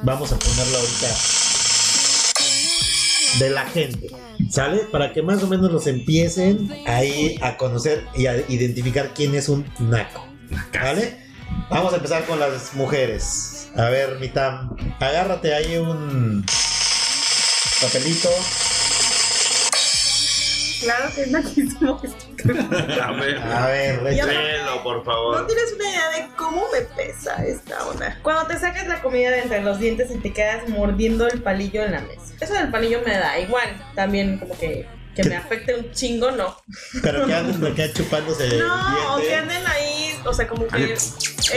vamos a ponerlo ahorita de la gente sale para que más o menos los empiecen ahí a conocer y a identificar quién es un naco vale vamos a empezar con las mujeres a ver mitam agárrate ahí un papelito Claro que es naquísimo esto. A ver, a ver échale. léelo, por No favor. tienes una idea de cómo me pesa esta onda. Cuando te sacas la comida de entre los dientes y te quedas mordiendo el palillo en la mesa. Eso del palillo me da igual. También como que, que me afecte un chingo, no. pero que anden acá chupándose el No, o diente. que anden ahí, o sea, como que. Ale- Eso,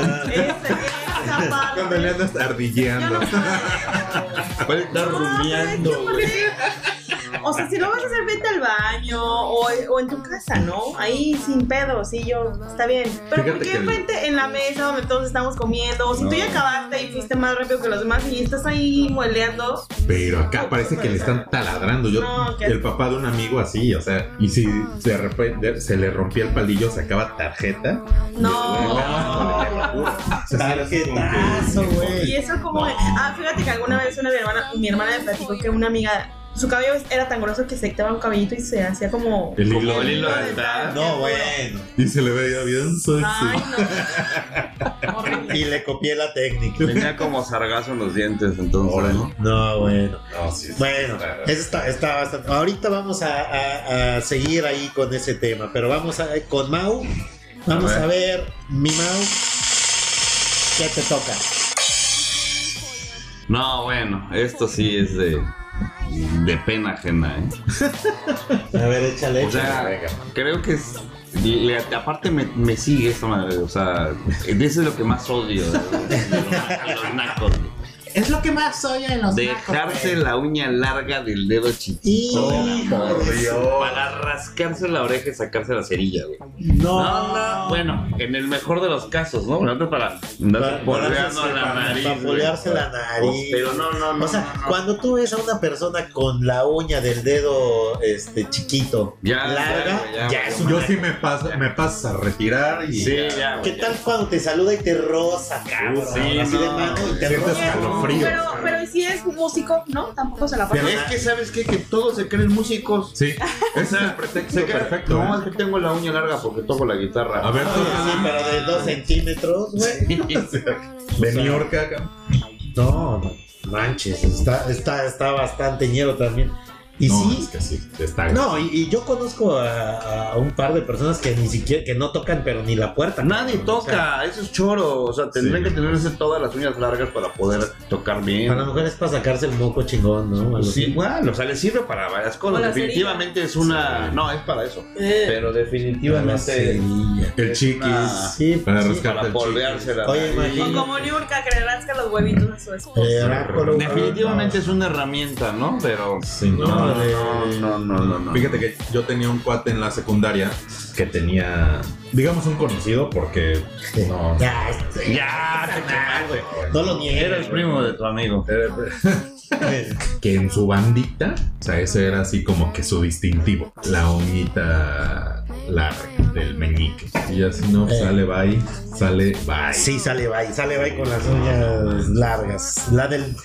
esa, esa parte. Cuando le andas Yo ardilleando. no puedo. Puede estar No, rumiando, pero güey. es que aparte- O sea, si lo vas a hacer, vete al baño o, o en tu casa, ¿no? Ahí sin pedo, sí, yo, está bien. Pero Fíjate ¿por que qué el- frente en la mesa donde todos estamos comiendo? O si tú ya acabaste y fuiste más rápido que los demás y estás ahí mueleando. Pero acá parece que le están taladrando. Yo, No, que- Ah. el papá de un amigo así, o sea, y si de repente se le rompía el palillo, sacaba tarjeta. No. O sea, sí, era como que- Tarjetazo, Y güey. eso como... Ah, fíjate que alguna vez una mi hermana, mi hermana me platicó que una amiga... Su cabello era tan grueso que se quitaba un cabellito y se hacía como... El Como hilo- el hilo dental. No, bueno. Y se le veía bien sexy. Ay, no. Horrible. Y le copié la técnica. Tenía como sargazo en los dientes, entonces, Órale. ¿no? No, bueno. No, sí, sí, Bueno, está- eso está, está bastante. Ahorita vamos a, a- a seguir ahí con ese tema, pero vamos a, con Mau. Vamos A a ver, mi Mau, ¿qué te toca? No, bueno, esto sí es de, de pena ajena, ¿eh? A ver, échale. O sea, venga. creo que es. le- aparte me, me sigue esta madre, o sea, de eso es lo que más odio de, de los, de los nacos. es lo que más soy en los Dejarse la uña larga del dedo chiquito. de la Hijo mano, de su- Para rascarse la oreja y sacarse la cerilla, güey. No, no, No. bueno, en el mejor de los casos, ¿no? Bueno, para andar Para- polveando para- la nariz. para güey. polvearse la nariz. Pero no, no, no. O sea, no, no. cuando tú ves a una persona con la uña del dedo este chiquito Ya, larga, ya, ya, ya, es ya. un Yo sí me paso, me paso a retirar y Sí, ya, ¿Qué güey. ya. tal cuando te saluda y te roza, cabrón? sí, así de no. mano y te Sientes roza. escalofrío. Pero, pero ¿y si es músico, ¿no? Tampoco se la pasa. Pero Es que, ¿sabes qué? Que todos se creen músicos. Sí, ese es el pretexto Se queda- perfecto. No, ¿eh? es que tengo la uña larga porque toco la guitarra. A ver, Oye, sí, pero de dos centímetros, güey. de New York acá. No, no, manches, está, está, está bastante ñero también. Y no, sí, es que sí, está. no, y, y yo conozco a, a un par de personas que ni siquiera, que no tocan, pero ni la puerta. Nadie cabrón, o sea, toca, eso es choro. O sea, tendrían Sí. que tenerse todas las uñas largas para poder tocar bien. Para las mujeres es para sacarse el moco chingón, ¿no? Pues sí, igual, o sea, les sirve para Eh. varias cosas. Hola, definitivamente es una. No, es para eso. Pero definitivamente. El chiquis. una- Ah, Sí, pues Para sí. rascarte Para el polvearse la Oye, nariz. O imagínate. como Niurka que le rasca los huevitos a su esposa. Eh, oráculo. Definitivamente es una herramienta, ¿no? Pero. Sí, no. No, de- no, no, no, no, no. Fíjate que yo tenía un cuate en la secundaria que tenía, digamos, un conocido porque no. Ya, este, Ya, te quemaste. no lo niegues. Era el primo de tu amigo. que en su bandita, o sea, ese era así como que su distintivo, la uñita larga del meñique. Y así no, Eh. sale bye, sale bye. Sí, sale bye, sale bye con las uñas largas. La del.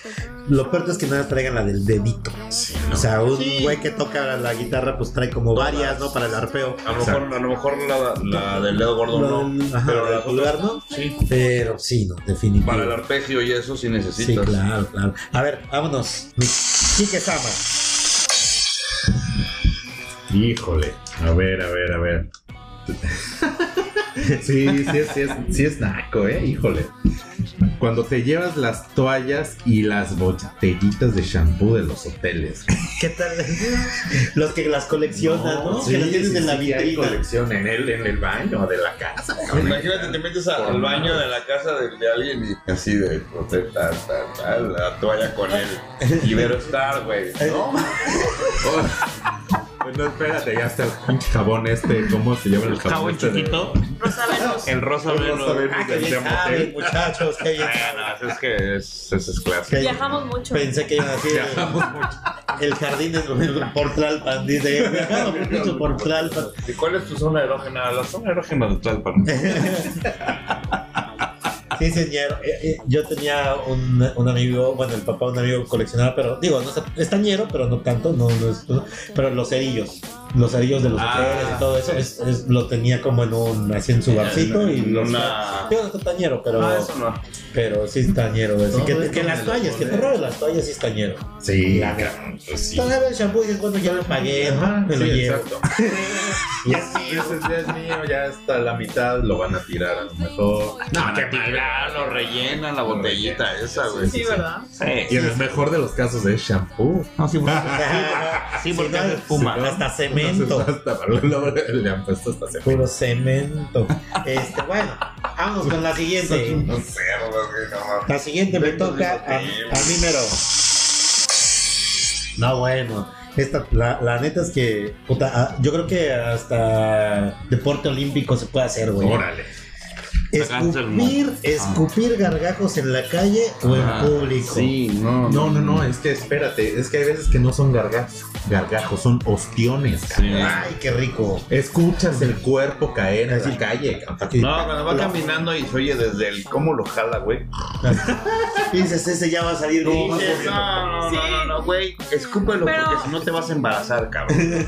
Lo peor es que nada más traigan la del dedito. Sí, no. O sea, un Sí. güey que toca la guitarra, pues trae como varias, ¿no? Para el arpeo. A lo mejor, a lo mejor la, la del dedo gordo no. Ajá, Pero el la pulgar, ¿no? Sí. Pero sí, no, definitivamente. Para el arpegio y eso sí Sí, necesitas. claro, claro. A ver, vámonos. Mi Quique Sama. Híjole. A ver, a ver, a ver. sí, sí, es- sí, es, sí es naco, ¿eh? Híjole. Cuando te llevas las toallas y las botellitas de shampoo de los hoteles. ¿Qué tal? Los que las coleccionan, ¿no? que las tienen en la vitrina. colección en el, en el baño de la casa. Imagínate, te metes a- al baño de la casa de, de alguien y así de pues, de ta, ta, ta, la toalla con él. Ibero Star, güey. No, No, espérate, ya está el pinche jabón este. ¿Cómo se llama el jabón? Jabón este de- chiquito. Rosa Venus. El rosa El velo. rosa velo. Ah, que del bien Demotel. saben, muchachos, que bien saben. Ah, no, es que es, es, es clásico. Que- Viajamos mucho. Pensé que iban a decir Viajamos mucho. el jardín es por Tlalpan. Dice, "He viajado mucho por Tlalpan. ¿Y cuál es tu zona erógena? La zona erógena de Tlalpan. Sí, señor. Eh, eh, Yo tenía un, un amigo, bueno, el papá de un amigo coleccionaba, pero digo, no sé, es tañero, pero no tanto, no, no es- no, pero los cerillos, los cerillos de los Ah, hoteles y todo eso, es- es- lo tenía como en un, así en su barcito y En los- Ah, una- Digo, no es tañero, pero, Ah, No, eso no. pero sí es tañero. así Ah, No, que, no es que como las el toallas, que el hotel. perro de las toallas sí es tañero. Sí, La- cabrón, pues sí. Todavía el shampoo y cuando ya lo pagué, Ajá, me lo sí, llevo. exacto. Ya es mío, ese ya es mío, ya hasta la mitad lo van a tirar a lo mejor. No, que lo rellenan la botellita esa, güey. Sí, ¿verdad? Y en el mejor de los casos es shampoo. No, sí, porque- Ajá. Sí, Si porque no, hace espuma. si no, Hasta cemento. Entonces, hasta- le han puesto hasta hacer. Puro cemento. Este, bueno, vamos con la siguiente. No sé, güey, no mames. La siguiente me toca a, a mí mero. No, bueno. Esta, la, la neta es que, puta, ah, yo creo que hasta deporte olímpico se puede hacer, güey. Órale. Sacaste el Escupir, moco. escupir gargajos en la calle o en Ah, público. Sí, no, No, no, no, es que espérate, es que hay veces que no son gargajos, gargajos, son ostiones. Sí. Ay, qué rico. Escuchas el cuerpo caer en la calle. cabrón. No, cuando va caminando y se oye desde el cómo lo jala, güey. Piensas, ese ya va a salir bien. Dices, no, no, no, no, güey. Escúpelo Pero- porque si no te vas a embarazar, cabrón.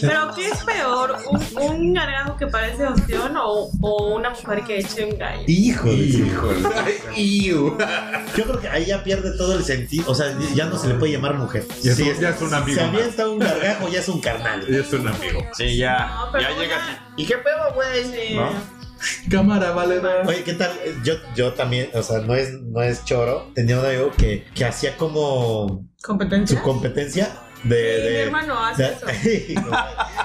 Pero ¿qué es peor? ¿Un, un gargajo que parece ostión o, o una mujer que eche un gallo? Hijo de su- Híjole. Iu. Yo creo que ahí ya pierde todo el sentido. O sea, ya no se le puede llamar mujer. Ya es Sí, un- ya es un amigo Se más. avienta un gargajo, ya es un carnal. Es un amigo. Sí, ya. No, pero ya una- llega así. ¿Y qué pedo, güey? Sí. ¿No? Cámara, vale, vale. Oye, ¿qué tal? Yo, yo también, o sea, no es, no es choro. Tenía un amigo que, que hacía como ¿Competencia? su competencia de. Sí, Eh, de- mi hermano hace de- eso.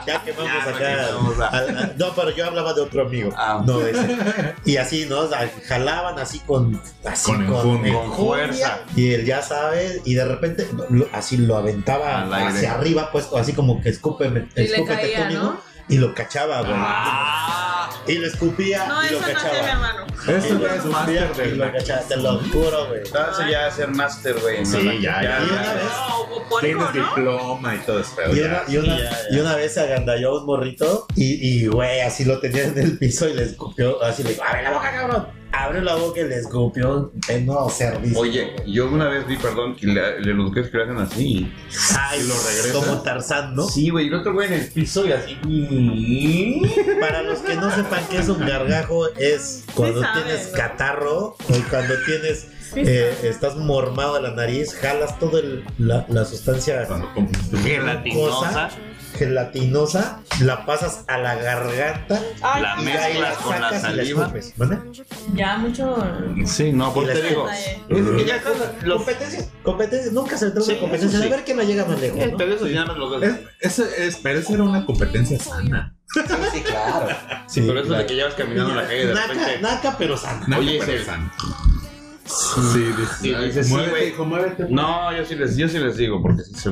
ya que vamos Ya, acá. no quemamos, va. al- al- no, pero yo hablaba de otro amigo. Ah. No de ese. Y así, ¿no? O sea, jalaban así con. Así Con enjundia. Con enjundia. fuerza. Y él ya sabe, y de repente lo- así lo aventaba Al aire. hacia arriba, pues así como que escúpeme, Y le escúpete caía, tú mismo", ¿no? Y lo cachaba, güey. Ah, Y lo escupía No, y lo eso no hace mi cachaba. hermano. Y Eso ya lo es escupía máster y del lo cachaba, te lo juro, güey. entonces ya ser master, güey. Sí, ¿no? ya, Y ya. una vez, No, o puerco, Tienes ¿no? diploma y todo eso. Oh, y una, y una- y una vez se agandalló un morrito y, y, güey, así lo tenía en el piso y le escupió, así le dijo, abre la boca, cabrón. Abrió la boca y le escupió en no servicio. Oye, yo una vez vi, perdón, que le, le- los gays que lo hacen así. Ay, lo regresa. Como Tarzán, ¿no? Sí, güey, y el otro güey en el piso y así. Para los que no sepan qué es un gargajo, es cuando Sí sabes, tienes ¿no? catarro o cuando tienes. Sí eh, estás mormado de la nariz, jalas toda el- la, la sustancia Gelatinosa. gelatinosa, la pasas a la garganta Ay, La y de ya, ahí la mezclas con la sacas y la saliva. escupes. ¿Vale? Ya mucho. Sí, no, por Y te la digo. detalle. Es que ya con los Competencia, competencia, nunca se trata Sí, de competencia, eso sí. a ver quién la llega más lejos. ¿no? Pero eso ya no lo Es, ese- es- pero esa era una competencia sana. Sí, claro. Sí, pero eso de que llevas caminando en la calle de Naca, repente. naca, pero sana. Naco, Oye, pero ese- sana. Sí, dices, Sí, ay, dices, sí, muévete, güey. hijo, muévete. No, yo sí les, yo sí les digo, porque sí se.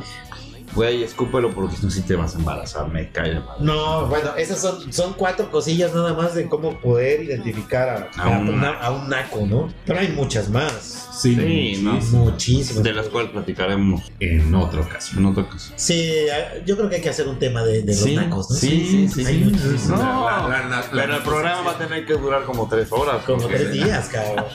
Güey, escúpelo porque si no, sí te vas a embarazar, me cae de madre. No, bueno, esas son, son cuatro cosillas nada más de cómo poder identificar a, A un- a- a un naco, ¿no? Pero hay muchas más. Sí, Sí, no. muchísimo. Muchísimas. De las cuales platicaremos En otro caso. en otro caso. Sí, a- yo creo que hay que hacer un tema de, de los Sí, nacos, ¿no? sí, sí, sí, Hay sí. muchísimos. No, La- la- la- la- Pero el programa va a tener que durar como tres horas. Como porque- tres días, cabrón.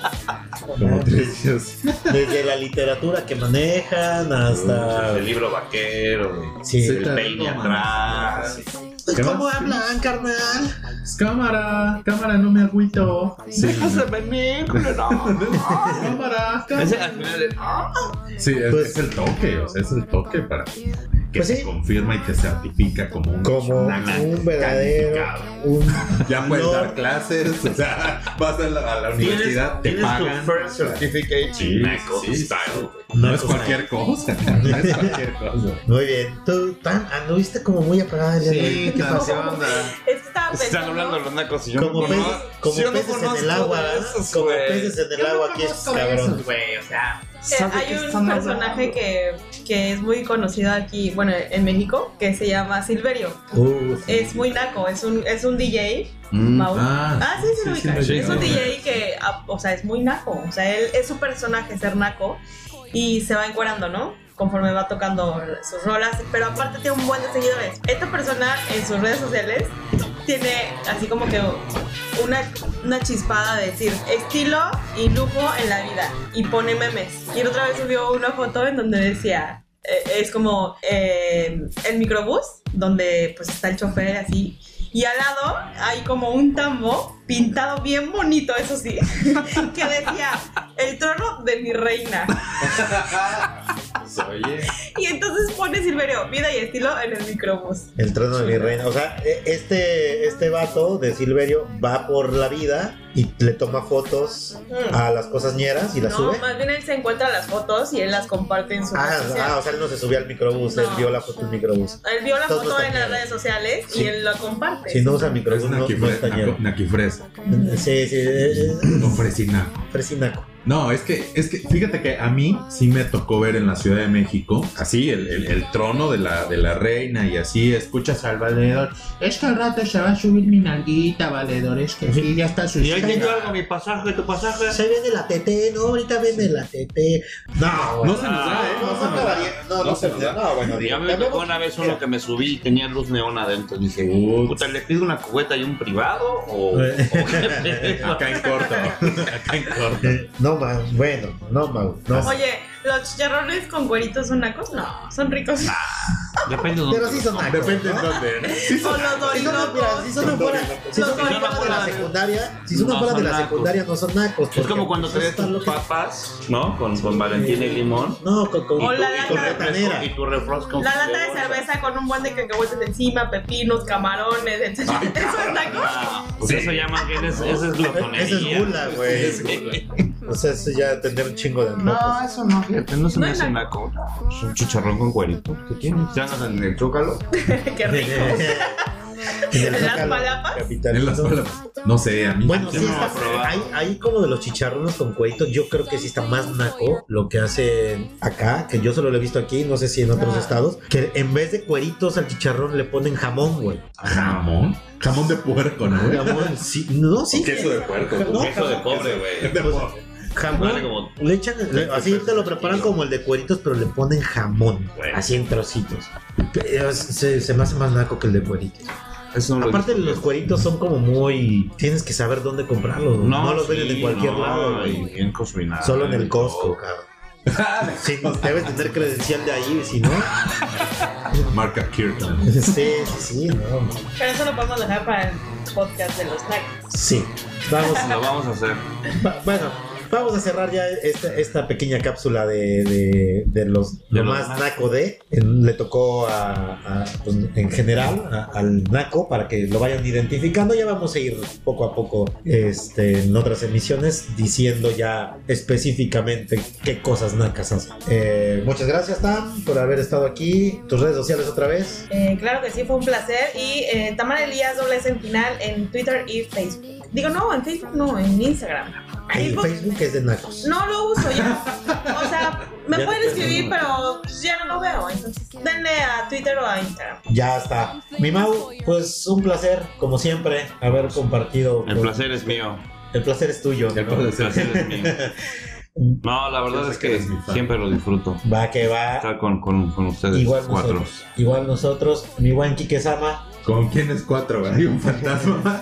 Como tres días. Desde la literatura que manejan hasta. El libro vaquero, Sí. el peine atrás. Pues, ¿Qué ¿Cómo más? hablan, carnal? Cámara, cámara, no me agüito. Déjase venir, Cámara, Ese al final es- Sí, es, Pues- es el toque, o sea, es el toque para que Pues se sí. confirma y que certifica como un Como naco un verdadero. calificado. Un... Ya puedes No. dar clases, o sea, vas a la, a la universidad, te Tienes tu pagan. first certificate Sí, Naco sí, style. No Naco es cualquier cosa, no es cualquier cosa. Muy bien. Tú tan, anduviste como muy apagada el día de hoy. ¿Qué pasó? Es que estaba pensando. Están hablando los nacos y yo Como no peces, conozco- como yo no peces en conozco el agua, de ¿verdad? esos, como güey. peces en el agua aquí, cabrón. güey, o sea. sabe Eh, hay que un están personaje hablando. que, que es muy conocido aquí, bueno, en México, que se llama Silverio. Uh, Es muy naco, es un, es un DJ. Mm. Mau. Ah, Ah, sí, sí, lo ubican. sí, Es un sí. DJ que, ah, o sea, es muy naco. O sea, él es su personaje ser naco y se va encuerando, ¿no? Conforme va tocando sus rolas. Pero aparte tiene un buen de seguidores. Esta persona en sus redes sociales tiene así como que una, una chispada de decir estilo y lujo en la vida. Y pone memes. Y otra vez subió una foto en donde decía. eh, Es como eh, el microbús, donde pues está el chofer así, y al lado hay como un tambo pintado bien bonito, eso sí, que decía el trono de mi reina. pues, oye. Y entonces pone Silverio, vida y estilo en el microbús. El trono de mi reina. O sea, e- este, este vato de Silverio va por la vida y le toma fotos Mm. a las cosas ñeras y las No, Ah, sube. más bien él se encuentra las fotos y él las comparte en su Ah, red social. ah, o sea, él no se subió al microbús, él No. vio la foto del microbús. Él vio la Entonces foto está en las bien. redes sociales Sí. y él la comparte. Si no usa microbús, Es no, no está ñero. naquifresa. Sí, sí, es Con fresina. fresinaco. No, es que, es que, fíjate que a mí sí me tocó ver en la Ciudad de México, así, el, el- el trono de la, de la reina y así, escuchas al valedor, es que al rato se va a subir mi nalguita, valedor, es que sí, ya está Y ahí tengo subiendo. algo, mi pasaje, tu pasaje. Se vende la TT, no, ahorita vende la TT. No, No se nos da, ¿eh? No se nos da. No, no se nos da. No, bueno, Ya digamos. me tocó una vez uno que me subí y tenía luz neón adentro. Dije, Ups. puta, ¿le pido una cubeta y un privado? ¿O, o qué pedo? Acá en corto, acá en corto. No, Mau, bueno, no, Mau, no. Oye, ¿los chicharrones con güeritos son nacos? No, son ricos. Ah, Depende de Pero dónde. sí son nacos, Depende de ¿no? dónde. O los Si son afuera, dorilocos. si son afuera, si son Los afuera de la dorilocos. secundaria, si son No afuera de son la nacos. secundaria no son nacos. Es porque, como cuando te pues, ves están tus locos. papas, ¿no? Con, con Valentina y limón. No, con, con, O la con- lata con de ratanera. Y tu refresco. La lata de cerveza con un buen de cacahuetes encima, pepinos, camarones, etc. ¿Eso es naco? Ah, Pues eso ya más bien es, eso es glotonería. Esa es gula, güey. O sea, eso ya tendría un chingo de antojos. eso no, fíjate, no se No me es hace naco. naco. Es un chicharrón con cuerito. ¿Qué tienes? Ya andas en el chócalo. Qué rico. En el ¿En las Zócalo palapas? capitalino. En las palabras. No sé, a mí. Bueno, sí, no está, he probado. ahí, ahí como de los chicharrones con cuerito, yo creo que sí está más naco lo que hacen acá, que yo solo lo he visto aquí, no sé si en otros estados, que en vez de cueritos al chicharrón le ponen jamón, güey. Ah, Jamón. Jamón de puerco, ¿no? güey? Jamón, sí, no, sí. Queso de puerco. No, Pues, Queso de pobre, güey. De puerco. Vale Jamón. como Le echan, le- así te lo preparan como el de cueritos, pero le ponen jamón, así en trocitos. Pero se, se me hace más naco que el de cueritos. Eso no lo Aparte, disfruto. los cueritos son como muy. Tienes que saber dónde comprarlos. No, los venden sí, en cualquier no, lado, y güey. Bien cocinado. Solo en el Costco, cabrón. Sí, debes tener credencial de ahí, si no. Marca Kirkland. Sí, sí, sí, no. Pero eso lo podemos dejar para el podcast de los snacks. Sí. Vamos, Lo vamos a hacer. va- bueno, vamos a cerrar ya esta, esta pequeña cápsula de, de, de los De lo los más nacos. naco de. En- Le tocó a, a, pues, en general a- al naco para que lo vayan identificando. Ya vamos a ir poco a poco este, en otras emisiones diciendo ya específicamente qué cosas nacas hacen. Eh, muchas gracias, Tam, por haber estado aquí. Tus redes sociales otra vez. Eh, claro que sí, fue un placer. Y eh, Tamara Elías, doble S en final, en Twitter y Facebook. Digo, no, en Facebook no, en Instagram. El Facebook es de Nacos. no lo uso ya. O sea, me Ya pueden te escribir, pero ya no lo veo. Entonces, denle a Twitter o a Instagram. Ya está. Mi Mau, pues un placer, como siempre, haber compartido. El con- placer es mío. El placer es tuyo. El ¿no? El placer. placer es mío. No, la Yo verdad sé es que que eres mi fan. siempre lo disfruto. Va que va. Estar con, con, con ustedes Igual cuatro. nosotros. Igual nosotros. Mi buen Quique Sama. ¿Con quién es cuatro? güey? Hay un fantasma más.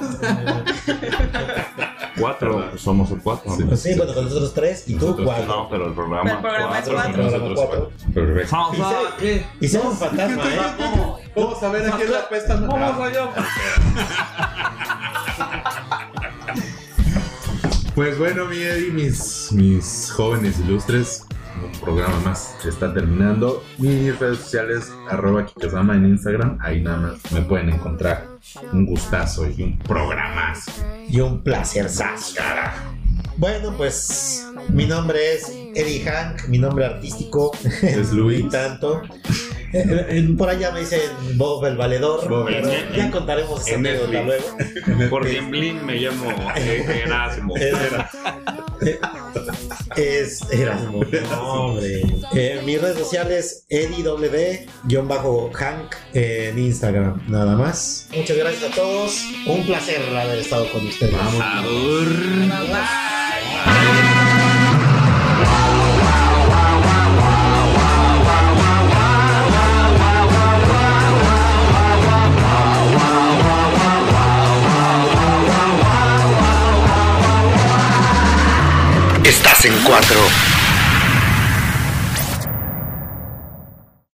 Cuatro, somos el cuatro. Sí. ¿no? Pues sí, bueno, con nosotros tres y tú Nosotros cuatro. No, pero el programa. Pero el programa es cuatro. cuatro. Nosotros cuatro. Perfecto. Vamos a qué? Y sea un fantasma, ¿eh? ¿Cómo? Vamos a ver aquí en la pesta. ¿Cómo soy yo? Pues bueno, mi Eddie, mis, mis jóvenes ilustres, un programa más que está terminando. Mis redes sociales, arroba Kikosama en Instagram, ahí nada más me pueden encontrar. Un gustazo y un programazo. Y un placer, Bueno, pues mi nombre es Eddie Hank, mi nombre artístico Es Luis. y tanto. Eh, eh, Por allá me dicen Bob el Valedor. Bob el pero Valedor. ya contaremos esa En anécdota Netflix. luego. Por Gremlin me llamo eh, Erasmo. Era- Es Erasmo. No, hombre. Eh, mis redes sociales, E EddieWD-Hank en Instagram, nada más. Muchas gracias a todos. Un placer haber estado con ustedes. Estás en cuatro.